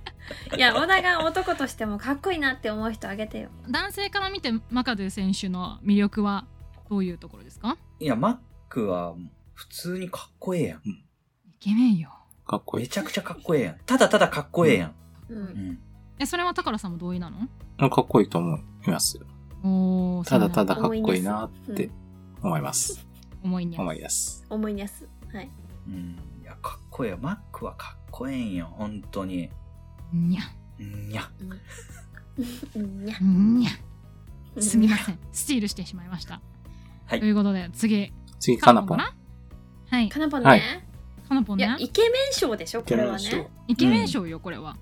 S1: いや小田が男としてもかっこいいなって思う人あげてよ
S3: 男性から見てマカドゥ選手の魅力はどういうところですか
S2: いやマックは普通にかっこええやん
S3: イケメンよ
S4: かっこい
S2: め
S4: い。
S2: ちゃくちゃかっこええやんただただかっこええやん、
S1: う
S2: うんん
S3: えそれは宝さんも同意なの
S4: かっこいいと思いますよ。
S3: おー
S4: ただただ
S1: そう
S4: か
S1: な
S4: っ
S1: んだ
S4: こいいなっ
S1: う
S4: て
S1: ん
S4: 思います。
S3: 思いに
S4: 思いです。
S1: 思い出すはい
S2: うん、いやかっこええよマックはかっこええんよ本当に
S3: にゃ
S2: うんいや
S1: うんにゃ
S3: にゃ
S1: うん
S3: すみませんスチールしてしまいました
S2: はい
S3: ということで次
S4: 次、かなぽん。
S3: かはい
S1: かなぽんね、
S4: はいい、
S3: カナポ
S1: い
S3: ンね
S1: やイケメン賞でしょこれはね
S3: イケメン賞よこれは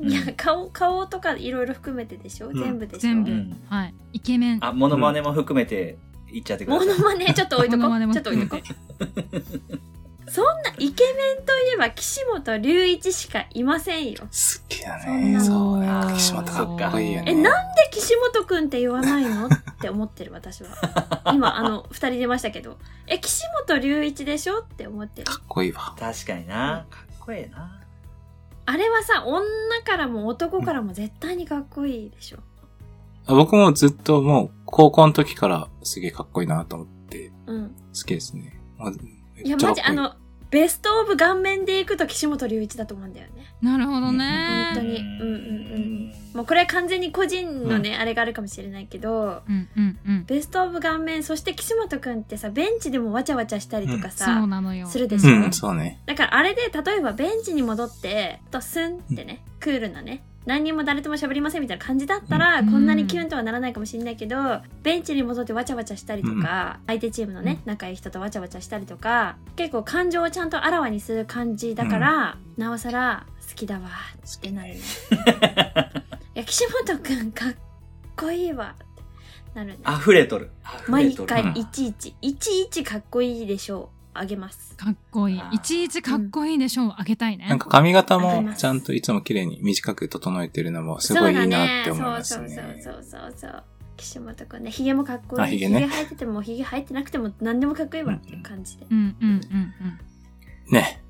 S2: うん
S1: いや顔顔とかいろいろ含めてでしょ、
S4: ん
S1: 全部でしょ
S3: 全部
S2: うん
S3: はいイケメン
S2: あモノマネも含めて言っちゃってくだ
S1: モ
S2: さい
S1: ノマネちょっと置いとこ
S3: モノマネも
S1: ちょっと置いとこそんなイケメンといえば岸本隆一しかいませんよ
S4: 好きだ
S1: そんな
S4: ね。そうね。
S3: おー
S4: 岸本かっこいいよね。
S1: えなんで岸本くんって言わないのって思ってる私 は今あの2人出ましたけどえ岸本隆一でしょって思ってる
S4: かっこいいわ。
S2: 確かになかっこええな
S1: あれはさ女からも男からも絶対にかっこいいでしょ
S4: 僕もずっともう、高校の時からすげえかっこいいなと思って、
S1: うん
S4: 好きですね。もうめっ
S1: いや
S4: ちゃか
S1: マ
S4: っ
S1: ジ
S4: こ
S1: あのベストオブ顔面でいくと岸本隆一だと思うんだよね
S3: なるほど
S1: 本当
S3: ね
S1: にうんうんうんもうこれは完全に個人のね、あれがあるかもしれないけど
S3: うんうんうん
S1: ベストオブ顔面そして岸本くんってさベンチでもわちゃわちゃしたりとか
S3: そ
S1: さ、
S3: うなのよ
S1: するでし
S4: う
S1: ょ
S4: ん、そうね。
S1: だからあれで例えばベンチに戻ってちょっとスンってね、クールなね何人も誰とも喋りませんみたいな感じだったら、
S3: うん
S1: こんなにキュンとはならないかもしれないけどベンチに戻ってわちゃわちゃしたりとか、相手チームのね仲いい人とわちゃわちゃしたりとか結構感情をちゃんとあらわにする感じだから、なおさら好きだわってな るね。いや岸本くんかっこいいわってなるね。
S2: 溢れとる溢れ
S1: 毎
S2: とる
S1: 回
S4: うん
S1: いちいち、いちいちかっこいいでしょうあげます。
S3: かっこいい
S2: あー
S3: いちいちかっこいいでしょうあげたいね
S4: なんか髪型
S1: わかり
S4: も
S1: ます
S4: ちゃんといつも綺麗に短く整えてるのもすごいいいなって思います
S1: そうだね
S4: ね
S1: そう。そうそうそうそう。岸本くんね、ひげもかっこ
S4: あ
S1: いい。
S4: ひ
S1: ひ
S4: げ
S1: げ、
S4: ね
S1: 生えててもひげ生えてなくても何でもかっこいいわっていう感じで。
S3: うんうんうんうん
S4: ね。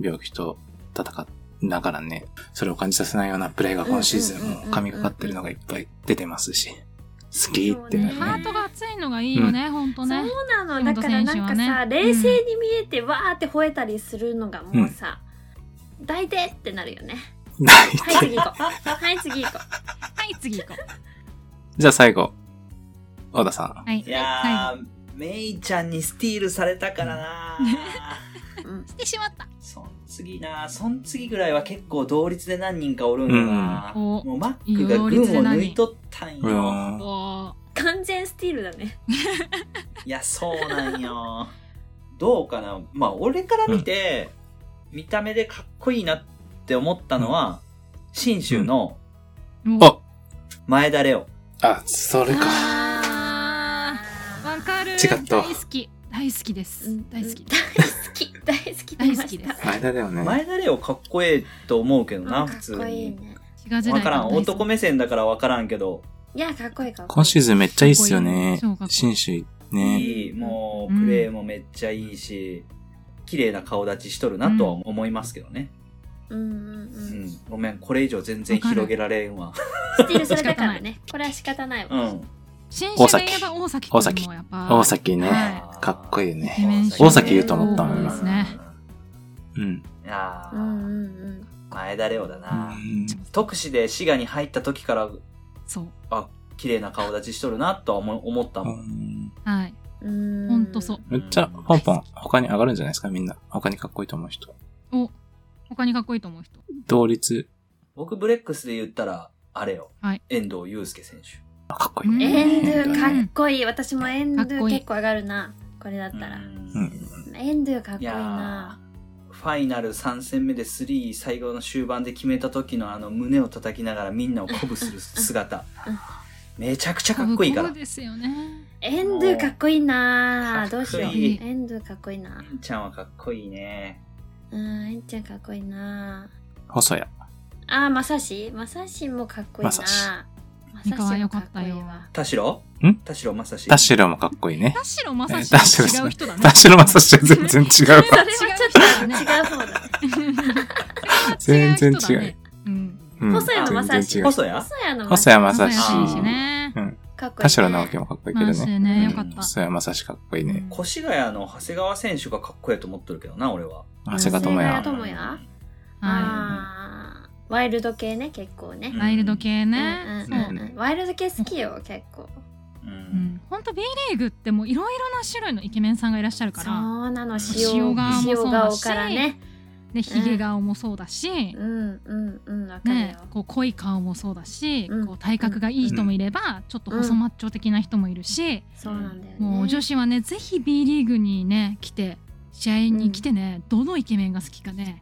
S4: 病気と戦っながらね、それを感じさせないようなプレーが今シーズンも神がかってるのがいっぱい出てますし、好きってなる
S3: ハ
S4: ね。
S3: ートが熱いのがいいよね、ほん
S1: そ
S3: と
S1: う
S3: ね。
S1: なの、だ
S3: 岸本
S1: からなんか
S3: 選手
S1: さ、
S3: はね
S1: 冷静に見えてわーって吠えたりするのがもうさ、抱いてってなるよ ね。
S4: ない
S1: はい、次行こう。はい、次行こ
S3: はい、次行こう。
S4: じゃあ最後、小田さん。
S3: はい。
S2: いやーメイちゃんにスティールされたからな
S1: う。うん
S3: してしまった。
S2: そん次なそん次ぐらいは結構同率で何人かおるんだな、
S3: うんお
S2: もうマックが群を抜いとったん
S4: う
S2: よ、
S4: ん。
S3: おー
S1: 完全スティールだね。
S2: いやそうなんよどうかなまあ俺から見て、見た目でかっこいいなって思ったのは信州の
S3: お
S4: あ
S2: 前田レオ、
S4: あ、それか。
S3: あーわかる。
S4: 違った
S3: 大好き。大好きで
S1: う
S3: す
S1: ん。
S3: 大好き。
S1: 大好き。大好き。
S3: 大好きです。
S4: 前田だよね。
S2: 前田レオかっこええと思うけど
S1: あ
S2: な
S1: か
S2: 普
S1: っ
S2: 通
S1: こいい
S2: に
S1: ね。
S3: 滋賀時
S2: わ
S3: 代
S2: からん男
S3: 目
S2: 目線だからわからんけど
S1: いや、かっこいいかっこいい。
S4: 今シーズンめっちゃいいっすよね
S3: かっこいい。
S4: 新州ね。
S2: いい、も
S3: う
S2: うんプレーもめっちゃいいし、綺麗な顔立ちしとるなとは思いますけどね。
S1: うんうんう。
S2: うんん、ごめん、これ以上全然広げられんわ。
S1: スティールされた からね。これは仕方ないわ。
S2: うん。
S3: 新種で言えば大崎。
S4: 大崎
S3: 君もやっぱ。
S4: 大。崎
S3: は
S4: ね。
S3: い
S4: かっこいいよね
S3: イケメン
S4: 大崎言うと思ったもん
S3: そうですね。
S4: うん。
S2: いや
S1: うんうん
S2: ー、
S1: うん。
S2: 前田レオだな。
S4: うん
S2: 特使で滋賀に入った時から、
S3: そう。
S2: あ、綺麗な顔立ちしとるなとは思思ったもん。
S3: はい。
S1: うん
S3: ほんとそう。
S4: めっちゃ、ポンポン、他に上がるんじゃないですかみんな。他にかっこいいと思う人。
S3: お、他にかっこいいと思う人。
S4: 同率、
S2: 僕、ブレックスで言ったら、あれよ。
S3: はい
S2: 遠藤祐介選手。
S4: あかっこいいね。
S1: エンド
S4: う
S1: ゥ
S4: ん
S1: かっこいい。私もエンド
S3: かっこ
S1: ゥ
S3: いい
S1: 結構上がるな。これだったら。
S4: うん。
S1: エンドゥかっこい
S2: い
S1: い
S2: や
S1: な。
S2: ーファイナル3戦目で3最後の終盤で決めた時のあの胸を叩きながらみんなを鼓舞する姿めちゃくちゃかっこいいから
S3: そう。ですよね。
S1: エンドゥかっこいいな
S2: お
S1: あ
S2: ー
S1: どうしよ
S2: か
S1: う
S2: っこい
S3: い
S1: エンドゥかっこいいな
S2: エンちゃんはかっこいいね。
S1: うんエンちゃんかっこいいな
S4: 細谷。
S1: あーまさしまさしもかっこいいな
S4: まさし
S1: ま
S3: ミカは
S1: も
S3: 良かった
S1: いい
S3: よ
S1: わ
S2: 田代
S4: ん
S2: 田代正史
S4: 田代もかっこいいね。
S3: 田代正
S4: えー田代
S3: 史
S4: さん
S3: は違う人だね。
S4: 田代正史は全 然違う
S1: それ
S4: わ。
S1: はちょっと違う方だね
S4: 全然違う
S3: それは人だね。うん。
S4: うん
S1: 細谷も正史
S4: 全然違う
S2: 細谷
S1: 細谷の
S4: 細谷正
S3: 正
S4: 史。
S2: 細
S3: し
S2: 谷
S3: いしね。
S1: かっこいいね
S4: 田代直樹もかっこいいけど
S3: まあ
S4: ね。
S3: そうね、よかった。
S4: 細谷正史かっこいいね。
S2: 越谷の長谷川選手がかっこいいと思っとるけどな、俺は。
S4: 長谷
S1: 長
S4: 川智
S1: 谷川
S4: 也。
S1: 智也
S3: は
S1: あーワイルド系ね結構ね
S3: い。ワイルド系
S1: うん
S3: ね。
S1: うんうんうんワイルド系好きよ結構
S2: うん
S3: うん。本当 B リーグってもういろいろな種類のイケメンさんがいらっしゃるか
S1: そ
S3: ら、
S1: うなの
S3: 塩
S1: 塩
S3: 顔もそう
S1: 塩
S3: だし
S1: 顔からね
S3: でヒゲ顔もそうだし、
S1: うんうんうんわかる
S3: ね
S1: よ、
S3: こう濃い顔もそうだし、
S1: うん
S3: こう体格がいい人もいれば、ちょっと細マッチョ的な人もいるし、
S1: そうなんだよね
S3: もう女子はねぜひ B リーグにね来て試合に来てね、どのイケメンが好きかね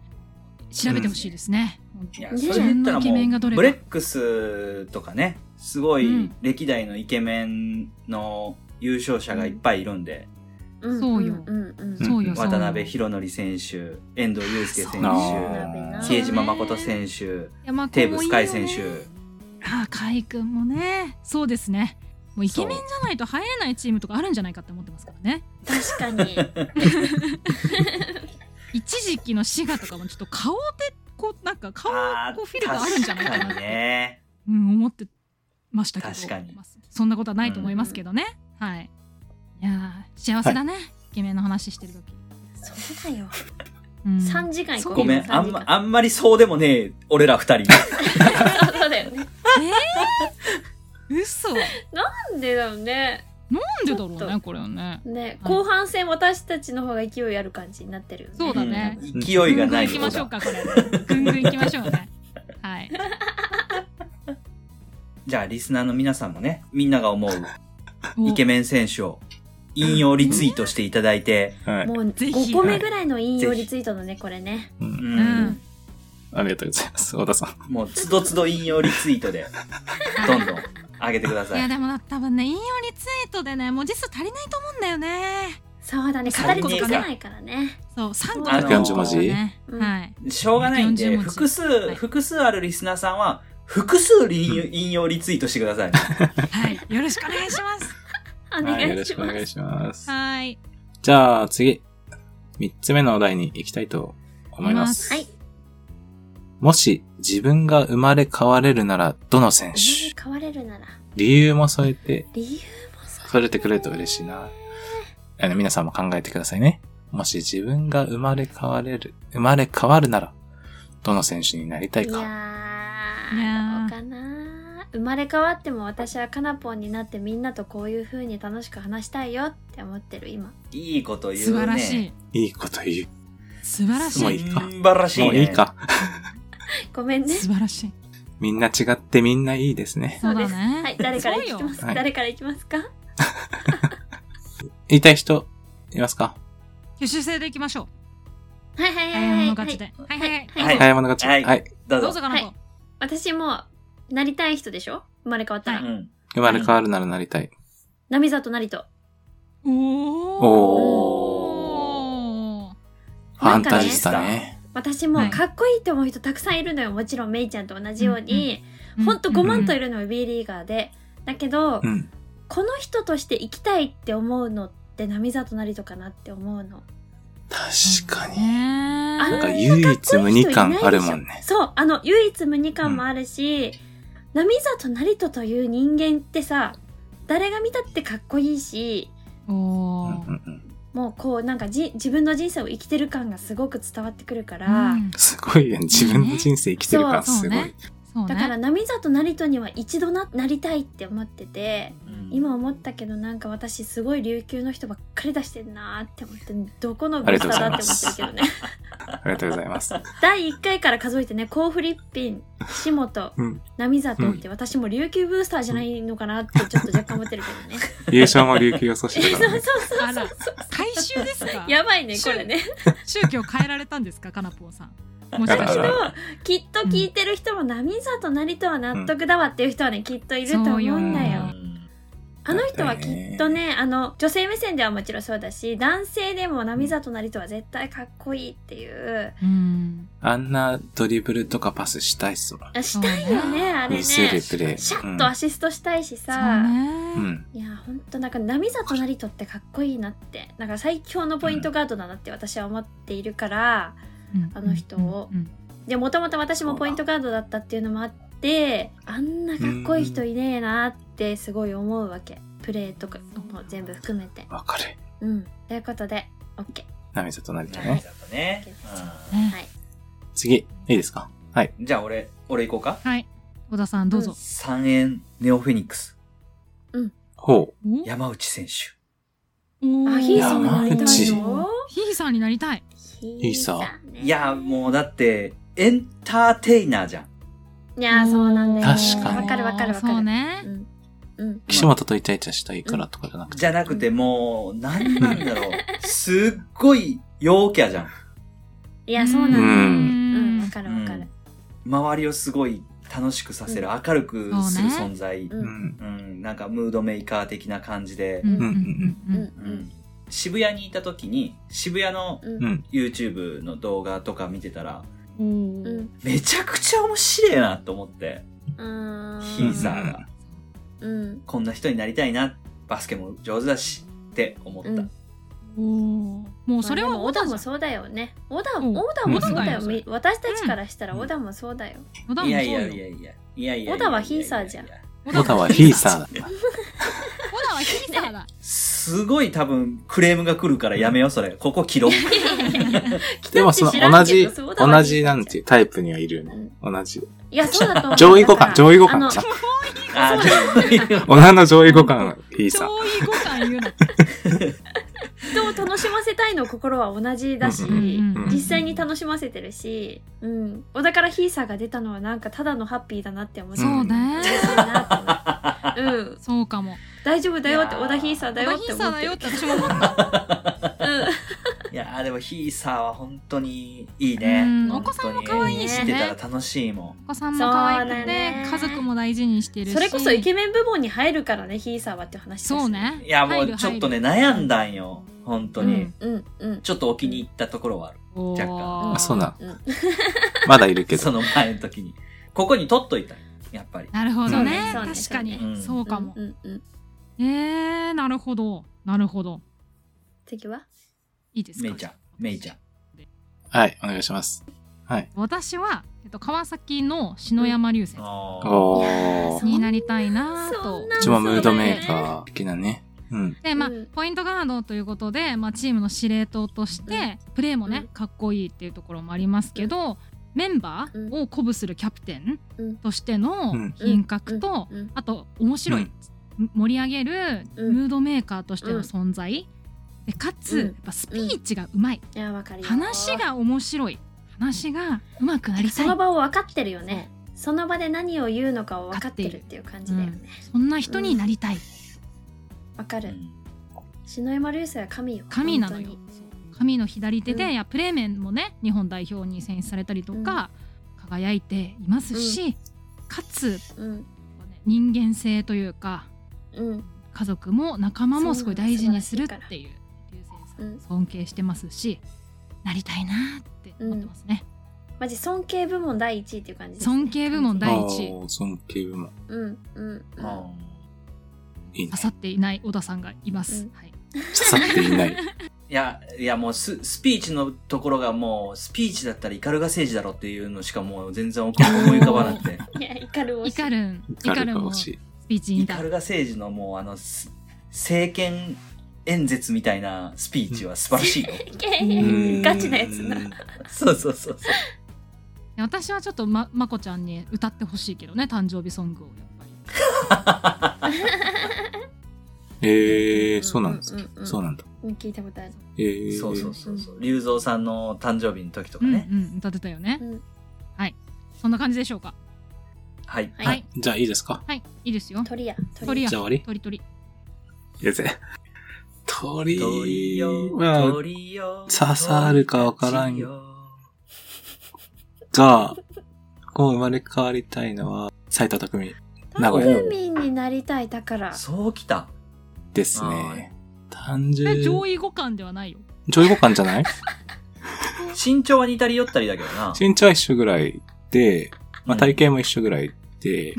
S3: 調べてほしいですね。本当
S2: いや、
S1: ね
S2: それで言ったら
S3: 自分のイケメンが
S2: も
S3: ど
S2: う、
S3: れか
S2: ブレックスとかね、すご
S3: う
S2: い
S3: ん
S2: 歴代のイケメンの優勝者がいっぱいいるんで、
S1: うん
S3: そうよ
S1: うんうん
S4: ん
S3: そうよそうよ
S2: 渡辺博則選手、遠藤祐介選
S3: あ
S1: ー
S2: 手、比江 島誠選手、
S3: 山
S2: テーブ
S3: 君もい
S2: ス
S3: い
S2: カ
S3: よ
S2: イ選
S3: ね
S2: 手。
S3: ああ海君もねそうですねもうイケメンじゃないと入れないチームとかあるんじゃないかって思ってますからね
S1: 確かに
S3: 一時期の滋賀とかもちょっと顔でこうなんか顔
S2: あ
S3: こうフィル
S2: ー
S3: ターあるんじゃないかな
S2: 確かに
S3: って、
S2: ね。
S3: うん、思ってましたけど
S2: 確かに
S3: そんなことはないと思いますけどね、はいいやー幸せだね、イケメンの話してる時、
S1: そうだよ
S3: うん、
S1: 三時間行こう
S2: ごめ
S1: 三時
S2: ん、
S1: 間
S2: あんま、あんまりそうでもねえ、俺ら二 人。
S1: そうだよね
S3: 嘘なん
S1: なんでだろうね
S3: でだろ
S1: ちょ
S3: う
S1: っと
S3: ねこれはね
S1: ね
S3: はい
S1: 後半戦私たちの方が勢いある感じになってるよね
S3: そうだね
S2: うん勢いがない
S3: ぐん
S2: 方
S3: ぐん行きましょう
S2: だ。
S3: かこれぐんぐん行きましょうねはい
S2: じゃあ、リスナーの皆さんもね、みんなが思うイケ
S3: メ
S2: メン選手を引用リツイートしていただいて、
S4: はい。
S1: もう
S3: ぜひ
S1: 5個目ぐらいの引用リツイートのねこれね
S4: う
S2: うんん
S3: うん
S4: ありがとうございます。小田さん。
S2: もう、つどつど引用リツイート で、どんどん上げてくだ
S3: い
S2: さ
S3: や
S2: い。
S3: でも多分ね引用リツイートでね文字数足りないと思うんだよね
S1: そうだね語り尽くせないからね
S3: そう3個
S2: あの140
S4: 文字
S3: ね
S1: うん
S3: はい
S2: しょうがないん
S3: 40
S2: で、
S3: 文字
S2: 複
S3: は
S2: 数、
S3: い
S2: 複数あるリスナーさんは、複数引用引用リツイートしてください。
S3: はいよろしくお願いします
S1: お
S4: はいよ
S1: 願
S4: ろ
S1: い
S4: し
S1: し
S4: く
S1: ま
S4: お
S1: す
S4: 願いします。
S3: はい
S4: じゃあ次、三つ目のお題に行きたいと思います。
S1: はい
S4: もし自分が生まれ変われるならどの選手
S1: 変われるなら
S4: 理由も添えて、
S1: 理由もそ
S4: 添えてくれると嬉しいな。あの皆さんも考えてくださいね。もし自分が生まれ変われる、生まれ変わるなら、どの選手になりた
S1: う
S4: い
S1: いや
S4: か。
S1: ー
S3: いやー
S1: どうかな生まれ変わっても私はカナポンになってみんなとこういう風に楽しく話したいよって思ってる今
S2: いいこと言うね。
S3: 素晴らしい
S4: いいこと言う。
S3: 素晴らし
S4: もう
S3: い
S4: いいか
S2: 素晴らしいね。
S4: もういいか。
S1: ごめんね
S3: 素晴らしい
S4: みんな違ってみんないいですね。
S3: そうだ
S1: は
S3: ね
S1: い誰からいき
S3: そうよ
S1: ます
S4: はい
S1: 誰からいきますか
S4: 言いたい人、いますか
S3: 吸収制でいきましょう
S1: はいはいはい
S3: 早い
S1: は
S3: 者
S1: い
S3: 勝ちではいは
S1: は
S3: い
S1: い
S2: はい
S4: 早物勝ち。
S2: はい
S4: はい。
S2: ど
S3: どう
S2: う
S3: ぞ
S2: ぞ。
S3: かなこ
S1: 私もなりたい人でしょ生まれ変わったら、
S2: うん。
S4: 生まれ変わるならなりたい。
S1: 波里成人
S3: おお
S4: ファンタジスタね。
S1: 私もかっこいいと思う人たくさんいるのよもちろんメイちゃんと同じように、ほんと5万といるのよ B リーガーでだけど、
S4: うん。
S1: この人として生きたいって思うのって波里成人かなって思うの
S4: 確かに。
S1: あ
S4: なん
S3: ね
S4: か唯一無二感あるもんね。
S1: そうあの唯一無二感もあるし、波里成人という人間ってさ誰が見たってかっこいいし
S3: お
S4: うん
S3: お
S4: うんうん
S1: もうこうなんかじ自分の人生を生きてる感がすごく伝わってくるから、
S4: すごいね。自分の人生生きてる感
S3: そ
S4: す
S3: う
S4: ご
S3: ね
S4: い。
S3: そうね
S1: だから波里成人には一度ななりたいって思ってて今思ったけどなんか私すごい琉球の人ばっかり出してんなーって思ってどこのブスタだって思ってるけどね
S4: ありがとうございます。
S1: 第1回から数えてねコーフリッピン岸本
S4: うん
S1: 波里って私も琉球ブースターじゃないのかなってちょっと若干思ってるけどね
S4: 優勝も琉球予想してた
S1: そ
S4: か
S1: う
S4: ら
S1: そう
S4: ね。
S1: そう
S3: あら回収です か
S1: やばいねこれね
S3: 宗教変えられたんですかかなぽんさんもしかしたら。
S1: きっと聞いてる人も波里成とは納得だわっていう人はね、きっといると思うんだ
S3: そう
S1: よ
S3: よ。
S1: あの人はきっとね、あの、女性目線ではもちろんそうだし、男性でも波里成とは絶対かっこいいっていう。
S3: うん。
S4: あんなドリブルとかパスしたいっすわ。
S1: あしたいよね、あれね。
S4: 見
S1: シ
S4: せ
S1: ャ
S4: るプレイ。
S1: ッとアシストしたいし
S3: そ
S1: さ。
S3: う
S4: う
S3: ね。
S4: ん。
S1: いや、ほんとなんか波里成とってかっこいいなって。なんか最強のポイントガードだなって私は思っているから。
S3: うん
S1: あの人を
S3: うん
S1: で、もともと私もポイントガードだったっていうのもあって、あんなかっこいい人いねえなってすごい思うわけ。プレーとかも全部含めて。
S4: わかる。
S1: うん。ということで、OK。
S4: 涙となりと
S2: 何
S4: ね。
S2: だとね。
S3: うんね
S1: はい。
S4: 次、いいですかはい。
S2: うんじゃあ俺、俺行こうか。
S3: はい。小田さん、どうぞ。
S2: 三円ネオフェニックス、
S4: ほ
S3: お
S2: 山内選手。
S1: あ、
S3: お
S1: ヒー
S4: さ
S1: ソー
S4: ん
S1: になりたい
S4: 山
S1: よ。
S3: ヒーさんになりたい。
S1: ヒんね
S2: いや、もうだって、エンターテイナーじゃん。
S1: いや、そうなんだよ。
S4: 確かに
S1: わかるわかるわかる。
S3: そうね
S1: う。ん。うん。
S4: う。岸本とイチャイチャしたいからとかじゃなくて。
S2: じゃなくてもう、何なんだろ う。すっごい陽キャじゃん。
S1: いや、そうなんだよ。
S3: うん
S1: うん、わかるわかる。
S2: 周りをすごい楽しくさせる、明るくする
S3: そう
S2: 存在。
S1: う。
S4: うんん。
S2: うん、なんかムードメーカー的な感じで
S3: う、ん
S4: うん
S1: うん。う
S3: うん
S1: ん。
S2: 渋谷にいた時に渋谷の
S1: うん。
S4: う
S1: うん
S4: ん。
S2: YouTube の動画とか見てたら
S3: うん。
S1: う
S3: おー
S1: ん。
S2: めちゃくちゃ面白いなと思って
S1: うん。
S2: ヒーザーが
S1: うん。
S2: こんな人になりたいなバスケも上手だしって思った、
S1: うん
S3: おーもうそれ
S1: まあで
S3: は
S1: もオ
S3: 小
S1: ダ
S3: 田
S1: も
S3: もそ
S1: そうだよね。オダ
S3: うん
S1: も、オダもそうだよ
S3: うん。
S1: み私たちからしたらオダもそうだよ。
S3: 小田も
S2: い
S3: そ
S2: や
S3: う
S2: い
S3: よ
S2: やいやいやいやいやいやいやいや
S1: 小田はヒーサーじゃん
S4: 小田はヒーサーだ。
S3: 小田はヒーサーだ。
S2: すごい多分クレームが来るからやめようそれここ切ろう
S4: でもその
S1: 北口知ら
S4: 同
S1: んけ
S4: じ
S1: ど、そうだわ
S4: 同じなんていうタイプにはいるよね。同じ。
S1: いや、そうだと思う。
S4: 上位互
S1: だか
S4: 換、
S1: ら
S4: 上位互
S1: あの
S4: 換か。
S2: あー
S4: 女の上位互換、ヒーサー。
S3: 超いい子感言うな。
S1: 人を楽しませたいの心は同じだし、
S4: うん
S3: うんうん
S1: 実際に楽しませてるし、うん、小田からヒーサーが出たのはなんかただのハッピーだなって思って
S3: そうね。
S1: うん、
S3: そうかも。
S1: 大丈夫だよって
S2: いやー
S1: 小田ヒーサーだ
S3: 小
S1: よ
S3: 田
S1: っ
S3: ヒ
S1: て思
S3: ーサー
S1: っ
S3: だ
S1: て
S3: よ
S1: る
S3: って私も思った。
S2: いやーでもヒーサーは本当にいい
S3: うん
S2: ね
S3: お子さんも可愛
S1: いしね
S2: 本当に見てたら楽しいもん
S3: お子さんも可愛
S1: そうだ
S3: くて
S1: ね
S3: 家族も大事にしてるし
S1: それこそイケメン部門に入るからねヒーサーはって話です
S3: そうね
S2: いやもうちょっとね悩んだんよ本当に、
S3: うん
S1: うんうん
S2: ちょっとお気に入ったところはある若干
S4: あそう
S3: な
S4: な
S1: うん
S4: ん。まだいるけ
S2: そ
S4: ど。
S2: の前の時にここに取っといたやっぱり
S3: なるほどね
S1: そうね
S3: 確かに
S2: そうね
S3: そうかも
S1: うんうん
S3: えーなるほどなるほど
S1: 次はい
S3: いです
S2: め
S3: か
S2: いちゃんめいちゃん
S4: はい、お願いします。はい。
S3: 私はえっと川崎の篠山流星
S2: あ
S4: お
S1: いやー
S4: ー
S1: そ。
S3: になりたいな
S1: そ
S3: と
S1: んな
S4: うちもムードメーカー的なね。うん。
S3: でまあ
S1: うん
S3: ポイントガードということでまあチームの司令塔としてプレーも
S1: う
S3: ね
S1: ん
S3: かっこいいっていうところもありますけどメンバーを鼓舞するキャプテ
S1: うん
S3: ンとしての
S4: うん
S3: 品格と
S1: うん
S3: あと面白い、盛り上げる
S1: うん
S3: ムードメーカーとしての存在、でかつ、
S1: うん
S3: やっぱスピーチがうまい、
S1: いやわかるよ
S3: 話が面白い話がうまくなりた
S1: そ
S3: い
S1: の場を分かってるよねその場で何を言うのかを分かってるっていう感じだよね
S3: そんな人になりたい、
S1: わか
S2: ー
S1: る篠山流星は神よ
S3: 神なのよ
S1: 本
S3: そう神の左手で、
S1: うん
S3: いやプレーメンもね日本代表に選出されたりとか、輝いていますし、かつ
S1: 当にうん
S3: 人間性というか
S1: うん
S3: 家族も仲間もすごい大事にする
S1: そうなの
S3: っていう流星さ
S1: うん
S3: ん尊敬してますしなりたいなーって思ってますね。
S1: マジ尊敬部門第一位っていう感じです、ね、
S3: 尊敬部門第一
S4: おー尊敬部門。
S1: うんうん
S2: うん
S1: うん
S4: いいね
S3: 刺。さっていない小田さんがいます。
S1: うん
S3: はい。
S4: 刺さっていない。
S2: いやいやもうススピーチのところがもうスピーチだったらイカルガ政治だろっていうのしかもう全然思い浮かばなくて
S1: いや、イカルを
S3: イカルン、イ
S4: カ
S3: カル
S4: ルが
S3: ンも
S4: 欲
S3: ス
S4: し
S3: ピ
S4: い。
S3: ーチイ
S2: イ
S3: ンタ
S2: カ
S3: ー
S2: ルガ政治のもうあのす政権演説みたいなスピーチは素晴らしいよ
S1: いやいやガチなやつな
S4: うーん
S2: そうそうそうそう
S3: 私はちょっとままこちゃんに歌ってほしいけどね、誕生日ソングをやっぱり。
S4: ええー、そうなんです
S1: うんうんうん
S4: そうなんだ。
S1: うん聞いたことある
S4: えー、
S2: そうそうそうそう龍造さんの誕生日の時とか
S3: うん、う
S2: ね、
S3: ん、歌ってたよね。
S1: うん
S3: はい。そんな感じでしょうか。
S2: はい
S1: はい、
S4: はい。じゃあいいですか
S3: はい、いいですよ。
S1: 鳥や
S3: 鳥や
S4: じゃあ終わり
S3: 鳥鳥。
S4: いやぜ。鳥、
S2: 鳥よ
S4: まあ、
S2: 鳥よ
S4: 刺さるかわからん
S2: 鳥よ
S4: が、こう生まれ変わりたいのは、斉藤匠名
S1: タ
S4: 古
S2: 屋
S1: クミンになりたいだから
S2: そうきた。
S4: ですね。単純
S3: え、上位互換ではないよ。
S4: 上位互換じ ゃない
S2: 身長は似たり寄ったりだけどな。
S4: 身長は一緒ぐらいで、まあ、体
S2: 体
S4: 型も一緒ぐらい で、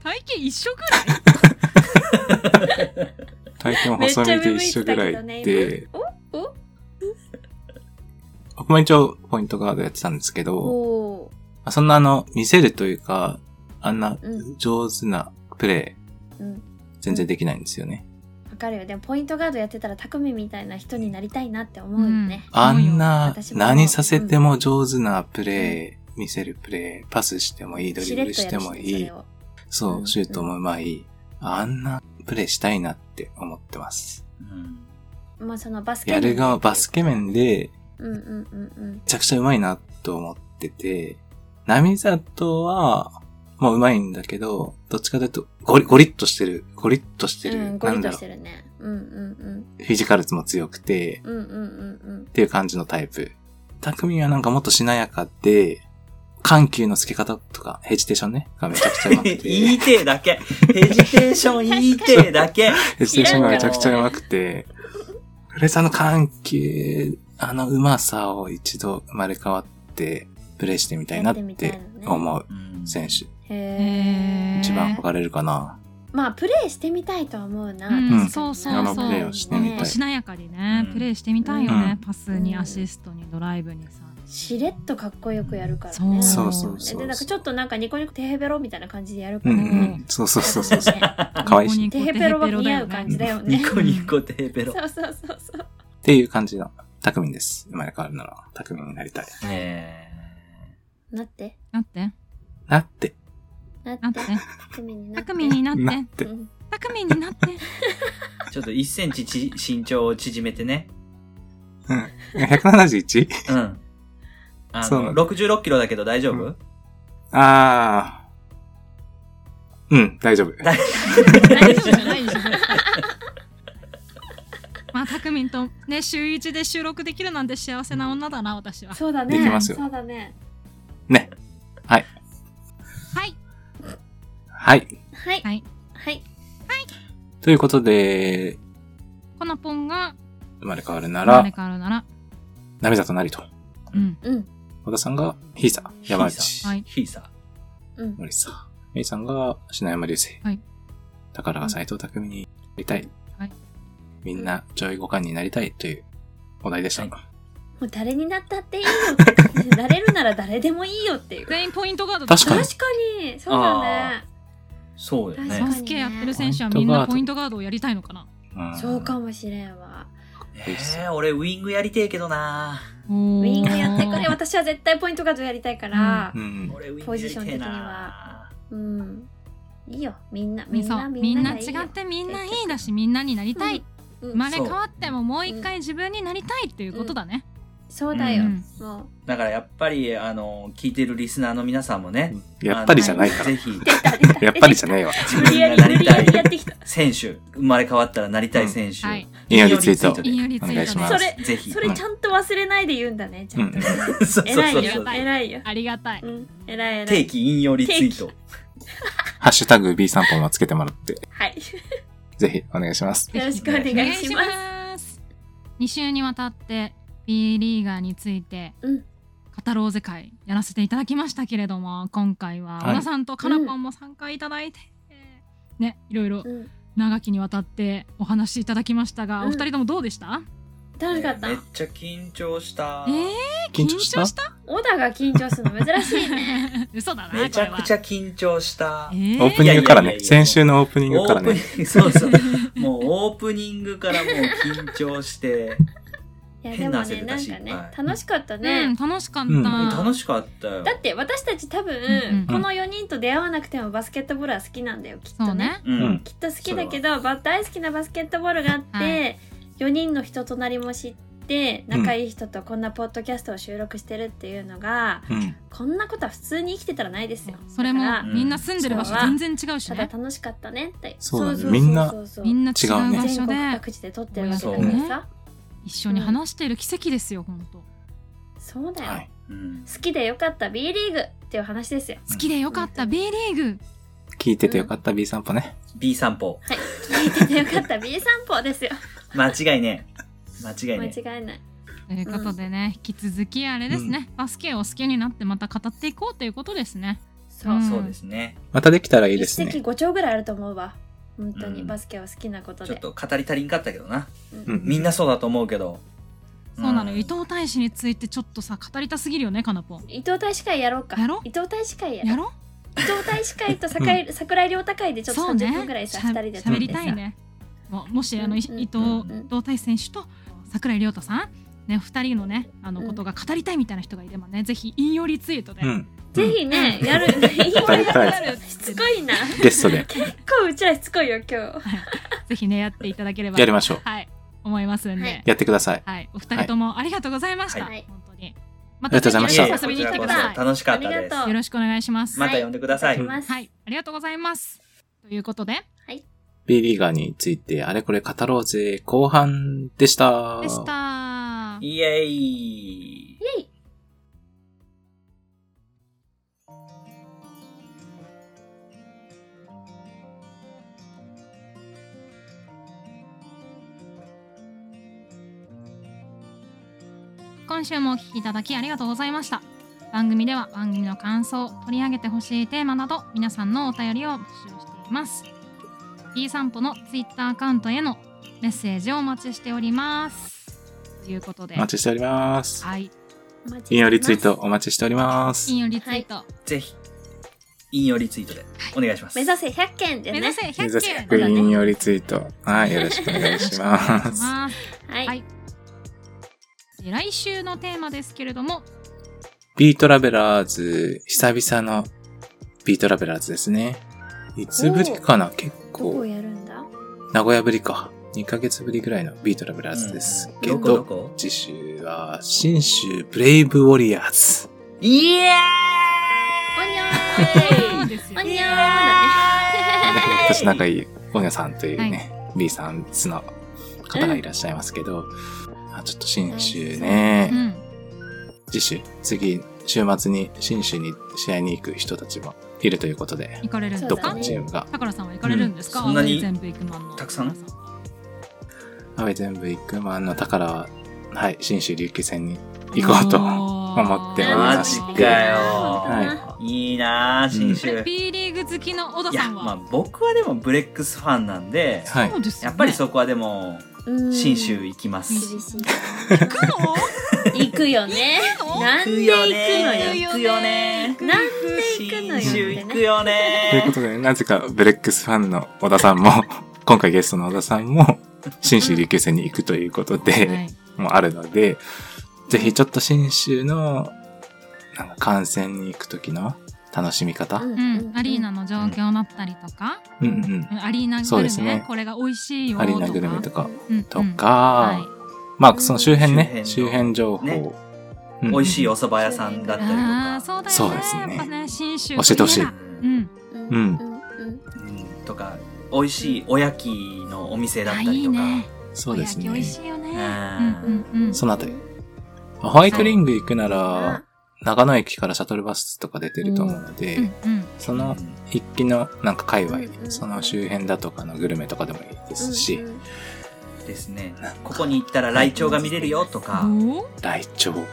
S3: 体型一緒ぐらい
S4: 体型も
S1: めっち
S4: 細
S1: ゃ上
S4: 身で
S1: 向い
S4: 一緒
S1: て
S4: ぐ
S1: た
S4: ら
S1: けどね
S4: いで、
S1: 今おお
S4: 僕も一応ポイントガードやってたんですけど、
S1: おー
S4: まあそんなあの、見せるというか、あんな
S1: うん
S4: 上手なプレイ、
S1: うん
S4: 全然できないんですよね。
S1: わかるよでもポイントガードやってたらタクミンみたいな人になりたいなって思うよね、
S3: うん
S4: あんな
S1: 私、も
S4: 何させても上手なプレイ、見せるプレイ、パスしてもいい、ドリ
S1: し
S4: ブ
S1: れっ
S4: ル
S1: と
S4: し
S1: や
S4: て
S1: るし
S4: も
S1: ね
S4: い
S1: そ
S4: い
S1: れ、を
S4: そうう、
S1: ん
S4: シュートもうまい、あんなプレイしたいなって思ってます。
S2: うん
S1: まあそのバスケ
S4: やる側バスケ
S1: ン
S4: 面で、
S1: うんうんうんうん
S4: めちゃくちゃうまいなと思ってて、波里は、まあうまいんだけど、どっちかというと、ゴリ、ゴリッとしてる、ゴリッとしてる、
S1: うん、ゴ
S4: な
S1: リッ
S4: んだ
S1: と
S4: ろ
S1: し
S4: う、
S1: てるね。うんうん
S4: フィジカルも強くて、っ
S1: うん。うんうんうん
S4: ていう感じのタイプ。匠はなんかもっとしなやかで、緩急の付け方とか、ヘジテーションね、がめちゃくちゃうま くて、
S2: 言いてえだけ。ヘジテーション言いてえだけ。
S4: ヘジテーションがめちゃくちゃうまくて、フレさんの緩急、あのうまさを一度生まれ変わって、プレイしてみたいなっ
S1: やってみた
S4: て
S1: いのね
S4: 思う
S2: うん
S4: 選手。
S1: うん。
S3: へ
S1: へえ。
S3: ー
S4: 一番憧れるかな。
S1: まあプレイしてみたいとは思うな。
S3: うんそうそうそう
S4: あのプレイをしてみたい
S3: もっとしなやかにね、
S2: うん
S3: プレイしてみたいよね、
S4: うん
S3: パスにアシストにドライブにさ
S1: しれっとかっこよくやるからね。
S4: そうそうそう
S1: でなんかちょっとなんかニコニコテヘペロみたいな感じでやるか
S4: う
S1: ら
S4: ん
S1: ね。
S4: うん。そうそうそう そ う。
S1: うね。
S4: 可愛いし
S3: ニコ
S1: テ
S3: ニコ
S1: ヘペロは似合う感じだよね。
S2: ニコニコテーペ
S1: そ
S2: ロ。
S1: うそうそうそう。
S4: っていう感じの、たくみんです。生まれ変わるなら、たくみんになりたい。
S2: え
S1: なって。
S3: なって
S4: なって、
S1: なって
S3: なって。
S1: 匠になって。
S3: たくみんになっ
S4: なってて
S1: う。ん
S3: たくみんになって
S2: ーちょっと1センチち身長を縮めてね。
S4: うん。171?
S2: うん。あ
S4: そうな
S2: の、
S4: んだ
S2: 66キロだけど大丈夫
S4: あー。うん、大丈夫。
S2: 大
S3: 大丈夫じゃ ないでしょまあたくみんとね週一で収録できるなんて幸せな女だな私は
S1: そうだね。
S4: できますよ
S1: そうだね。
S4: ね。はい。
S3: はい
S4: はい。
S1: はい。
S3: はい
S1: はい。
S4: ということで、
S3: このポンが
S4: 生まれ変わるな
S3: 生まれ
S4: ら、
S3: 変わるなら
S4: なめざとなりと。
S3: うん
S1: うん。
S4: 小田さんが、ひいさ、山内、
S3: はい
S2: ヒーサ
S1: うん。
S4: 森さん。めいさんが、品山流星。
S3: はい。
S4: だから、斎藤匠になりたい。
S3: はい。
S4: みんな、上位互換になりたいというお題でした。
S2: はい
S1: もう誰になったっていいよって感じで。 なれるなら誰でもいいよっていう。
S3: 全員ポイントガード
S4: 確かに
S1: 確かにそうだね。
S2: そうだよ
S1: 確
S3: バ
S1: か
S2: ね。
S3: スケやってる選手はみんなポイントガードをやりたいのかな
S4: うん
S1: そうかもしれんわ。
S2: えー、俺ウィングやりてえけどな
S1: ウ
S3: ウ
S1: ィングやってくれ。私は絶対ポイントガードやりたいから
S4: う。ん。
S2: 俺ウィン
S1: ポ
S2: グや
S1: ジ
S2: り
S1: ション
S2: てえ
S1: 的に
S2: な
S1: はうん。いいよ。みんな、みん
S3: そ
S1: な、
S3: うみんな
S1: がいいよ
S3: 違ってみんないいだしみんなになりた
S1: う
S3: い、
S1: ん
S3: 生まれ変わってももう一回自分になりたいっていうことだね、
S1: そうだ
S3: う
S1: よ。
S3: ん
S1: もう。
S2: だからやっぱり、あの、聞いてるリスナーの皆さんもね。
S4: やっぱりじゃないか
S2: あのぜひ、
S1: 出た出た
S4: ら。やっぱりじゃねえわ。
S2: 自
S1: 無理
S2: 分
S1: や
S2: が
S1: り、
S2: な
S1: 無
S2: り
S1: 理
S2: た
S1: や
S2: い
S1: りやってきた。
S2: 選手、生まれ変わったらなりたい選手。
S3: はい
S4: 引用リツイート
S2: 引
S3: 引用リツイート
S4: お願いします
S1: それ、
S2: ぜひ。
S1: それちゃんと忘れないで言うんだね。ちゃんと。
S4: うん
S2: そうそう
S1: 偉い
S2: そう
S1: よ。
S2: そう
S1: 偉いよ。
S3: ありがたい、
S1: うん。偉い偉
S2: 定
S1: い。
S2: 期引用リツイート。
S4: ハッシュタグ B 3本はつけてもらって、
S1: はい。
S4: ぜひお願いします。
S1: よろしくお願
S3: お願
S1: い
S3: い
S1: し
S3: し
S1: ま。
S3: ますす2週にわたって B リーガーについて
S1: うん
S3: 語ろうぜ会やらせていただきましたけれども今回は
S4: はい
S3: 小田さんとカナポンも参加いただいて、ねいろいろ
S1: うん。
S3: 長きにわたってお話しいただきましたが、
S1: うん
S3: お二人ともどうでした
S1: 楽しかった
S2: めっ。ちゃ緊張した。
S3: えー、緊張した
S1: 小田が緊張するの珍しいね。
S3: 嘘だなこれは
S2: めちゃくちゃ緊張した。
S3: えー
S4: オープニングから
S2: いやいやい
S4: ね、
S2: や
S4: 先週のオープニングから
S2: オープ
S4: ね、
S2: ニングそうそう。もうオープニングからもう緊張して。
S1: いやで
S2: 変な
S1: も
S2: 汗
S1: ね
S2: 出
S1: な
S2: た
S1: ん
S2: し
S1: かね、
S2: はい
S1: 楽しかった
S3: う
S1: ね
S3: ん、、楽しかった、
S4: うん
S2: 楽しかったよ。
S1: だって私たち多分、
S3: うんうん
S1: この4人と出会わなくてもバスケットボールは好きなんだよきっと
S3: そう
S1: ね
S3: ね
S2: うん
S4: うん
S1: きっと好きだけどば大好きなバスケットボールがあって、
S3: はい
S1: 4人の人となりも知って仲いい人とこんなポッドキャストを収録してるっていうのが、
S4: うん、
S1: こんなことは普通に生きてたらないですよ
S3: それ
S1: だ
S3: も
S1: から
S2: ん
S3: みんな住んでる場所全然違うした
S1: だ
S3: ね。
S1: 楽しかったねって
S4: そうだね
S1: う
S4: みんな
S1: そうそう
S3: みんな違う
S4: 違うね
S3: 場
S1: 全
S3: 所
S1: 国
S3: で
S1: 各地で撮ってるわけだからさ、
S3: 一緒に話している奇跡ですよ、本当。
S1: そうだよ、
S4: はい。
S2: うん。
S1: 好きでよかった B リーグっていう話ですよ。
S3: 好きでよかった B リーグ
S4: 聞いててよかった B 散歩ね。
S2: B 散歩。
S1: はい。聞いててよかった B 散歩ですよ。
S2: 間違いねえ。間違
S1: 間
S2: いねえ。
S1: 違いない。
S3: ということでね、引き続きあれですね、バスケを好きになってまた語っていこうということですね
S1: そう。
S3: うん
S2: そうですね。
S4: またできたらいいです
S1: 一石
S4: ね。
S1: 五鳥ぐらいあると思うわ。本当に、
S2: うん
S1: バスケを好きなこと
S2: ちょっ
S1: で。
S2: と語り足りんかったけどな。
S1: うん
S4: うん
S2: みんなそうだと思うけど。
S3: そうなのよ、
S2: ん
S3: 伊藤大使についてちょっとさ語りたすぎるよねかなぽん
S1: 伊藤大使会やろうか。
S3: やろ
S1: 伊藤大使会や
S3: や
S1: ろう。
S3: ろ
S1: 伊藤大使会と桜井桜井亮太会でちょっと
S3: そう
S1: 30
S3: ね
S1: 分ぐらいさ、
S3: しゃ
S1: 二人で
S3: 喋りたいねももしあの、い
S1: うん
S3: 伊藤
S1: うんうん
S3: 伊藤大使選手と桜井亮太さんね、二人のねあの
S1: うん
S3: ことが語りたいみたいな人がいればねぜひ引用リツイートで、
S4: うん。
S1: ぜひね、やる。いいよ
S4: 語りたい
S1: やるしつこいな。
S4: ゲストで
S1: 結構うちらしつこいよ、今日。
S3: ぜひねやっていただければ
S4: やりましょう。
S3: はい思いますんで、
S1: は
S3: はいい
S4: やってください。
S3: お二人ともありがとうございました、
S1: はい
S3: 本当にま
S4: ありがとうございました
S2: いえいえ
S3: 遊びに来てく
S2: こち
S3: だ
S2: ら
S3: さ
S2: こそ楽しかった
S1: あ
S2: で
S1: り
S2: す
S1: が。と
S3: いよろしくお願いします
S2: また呼んでください。
S1: 行きます
S3: はい、ありがとうございます。ということで、
S4: B リーガーについてあれこれ語ろうぜ後半でした。
S3: でした。
S2: イエーイ。
S1: イエイ
S3: 今週もお聞きいただきありがとうございました。番組では番組の感想、取り上げてほしいテーマなど、皆さんのお便りを募集しています。B 散歩の Twitter アカウントへのメッセージをお待ちしております。ということで、
S4: お待ちしております。
S3: はい、
S1: お待ちして
S4: 引
S1: ます
S4: 用リツイートお待ちしております
S3: 金。曜リツイート、
S2: ぜひ、引用リツイートでお願いします。
S1: 目指せ100件で
S3: 目
S1: ね。
S3: 指せ100
S4: 目
S3: 件
S4: 指
S1: 100
S4: す引用リツイート。はい、よろしくお願いします。
S3: ます。
S1: はい。
S3: はいで来週のテーマですけれども、
S4: B トラベラーズ、久々の B トラベラーズですね。いつぶりかな結
S1: どこを
S4: 構。
S1: やるんだ
S4: 名古屋ぶりか。2ヶ月ぶりぐらいの B トラベラーズですけ
S2: どこど
S4: ど、
S2: こ
S4: 次週は、新州ブレイブウォリアーズ。
S2: イエ
S1: おにょ
S3: そう
S1: ーい
S3: です
S1: お
S3: よ
S1: にょーだね。
S4: 私仲いい、オニャさんというね、B さんつの方がいらっしゃいますけど、あちょっと新州ね、
S3: うん
S4: 次週、次、週末に新州に試合に行く人たちもいるということで、
S3: 行かれるん
S1: そ
S3: で
S4: ど
S1: う
S3: す
S4: っ
S1: だね
S4: か
S3: か
S4: のチームが、
S3: さくらさんは行かれるんですか、
S2: うんそんなに
S3: アウェー全部行くマンの
S2: たくさん
S3: さくらさ
S4: 阿部全部行くマンの宝は、はい、新州琉球戦に行こうと。思っており
S2: マ
S4: ま
S2: ジ
S4: す
S2: かよ、、
S4: はい
S2: いなあ、新州。い
S3: B リーグ好きの小田さ
S2: や、
S3: んは、
S2: まあ僕はでもブレックスファンなんで、
S4: はい
S3: そうですよね
S2: やっぱりそこはでも、
S1: うん
S2: 新州行きます。
S1: 厳しい。
S3: 行くの
S1: 行くよね。
S3: 行くの
S1: なんで行くのよ。
S2: 行くよね
S1: なんで行くの
S2: 新
S1: よ。
S2: 州
S1: って
S2: 行く
S1: ね。
S2: よ
S4: というこ
S2: ね
S4: とで、なぜかブレックスファンの小田さんも、 今回ゲストの小田さんも、新州琉球戦に行くということで、
S3: はい
S4: もあるので、ぜひちょっと新州の、なんか観戦に行く時の楽しみ方、うん、
S3: うん、アリーナの状況だったりとか、
S4: うん
S3: アリーナグ
S4: そう
S3: ル
S4: で
S3: メ、
S4: すね
S3: これが美味しいよとか
S4: うんアリーナグルメとか、
S3: うんうん
S4: とか、
S3: はい
S4: まあその周辺ね、
S2: 周
S4: 周辺
S2: 辺
S4: 情報、
S2: ね
S4: うん
S2: 美味しいお蕎麦屋さんだったりと
S3: あ
S2: か
S3: ー。そうだよね
S4: そうですね
S3: やっぱね信州
S4: 教えてほしい
S3: うん、
S1: うん
S4: うん
S1: うん
S2: うんとか、美味しいおやきのお店だっ
S3: あ
S2: た
S3: い
S2: りとか。
S3: いね
S4: そうですね
S3: おやき美味しいよね
S2: うん
S3: うんうんうん
S4: そのあたりホワイトリング行くなら、
S1: あ
S4: 長野駅からシャトルバスとか出てると思うので、
S3: うんうん
S4: その一気のなんか界隈、
S1: うん
S4: その周辺だとかのグルメとかでもいいですし、
S1: うんうん
S2: ですね。ここに行ったらライチョウが見れるよとか、
S3: おー
S4: ライチョウ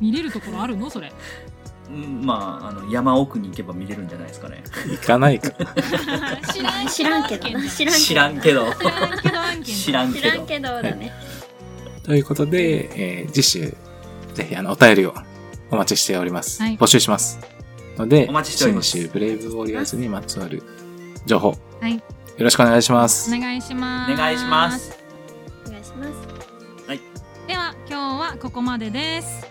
S3: 見れるところあるの それ
S2: うんまあ、あの、山奥に行けば見れるんじゃないですかね。
S4: 行かないか な
S3: 知ら
S1: 知らんけどな。知らん
S2: 知らんけど。
S3: 知ら んけど
S2: 知らん
S1: 知
S2: け
S1: ら
S2: ど
S1: ん。けどだね。
S4: ということで、えー次週ぜひあのお便りをお待ちしております、
S3: はい
S4: 募集しますので
S2: お待ちしております
S4: 新州ブレイブウォリアーズにまつわる情報、
S3: はい
S4: よろしくお願いします
S3: お願いします
S2: お願いします。
S1: お願いします。
S3: では今日はここまでです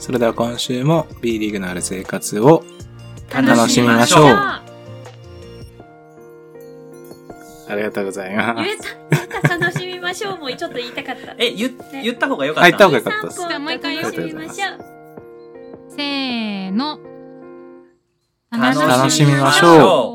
S4: それでは今週も B リーグのある生活を
S2: 楽
S4: しみましょうありがとうございます
S1: 言えた、言えた楽しみましょうもちょっと言いたかった。
S2: え、言っ
S1: ね
S2: 言った方がよか
S4: 入
S2: っ
S4: っ
S2: た
S4: た方が
S2: の
S4: 良かったです
S1: 散歩を楽しみましょう。
S3: せーの
S2: 楽
S4: しみましょう
S2: 楽しみましょう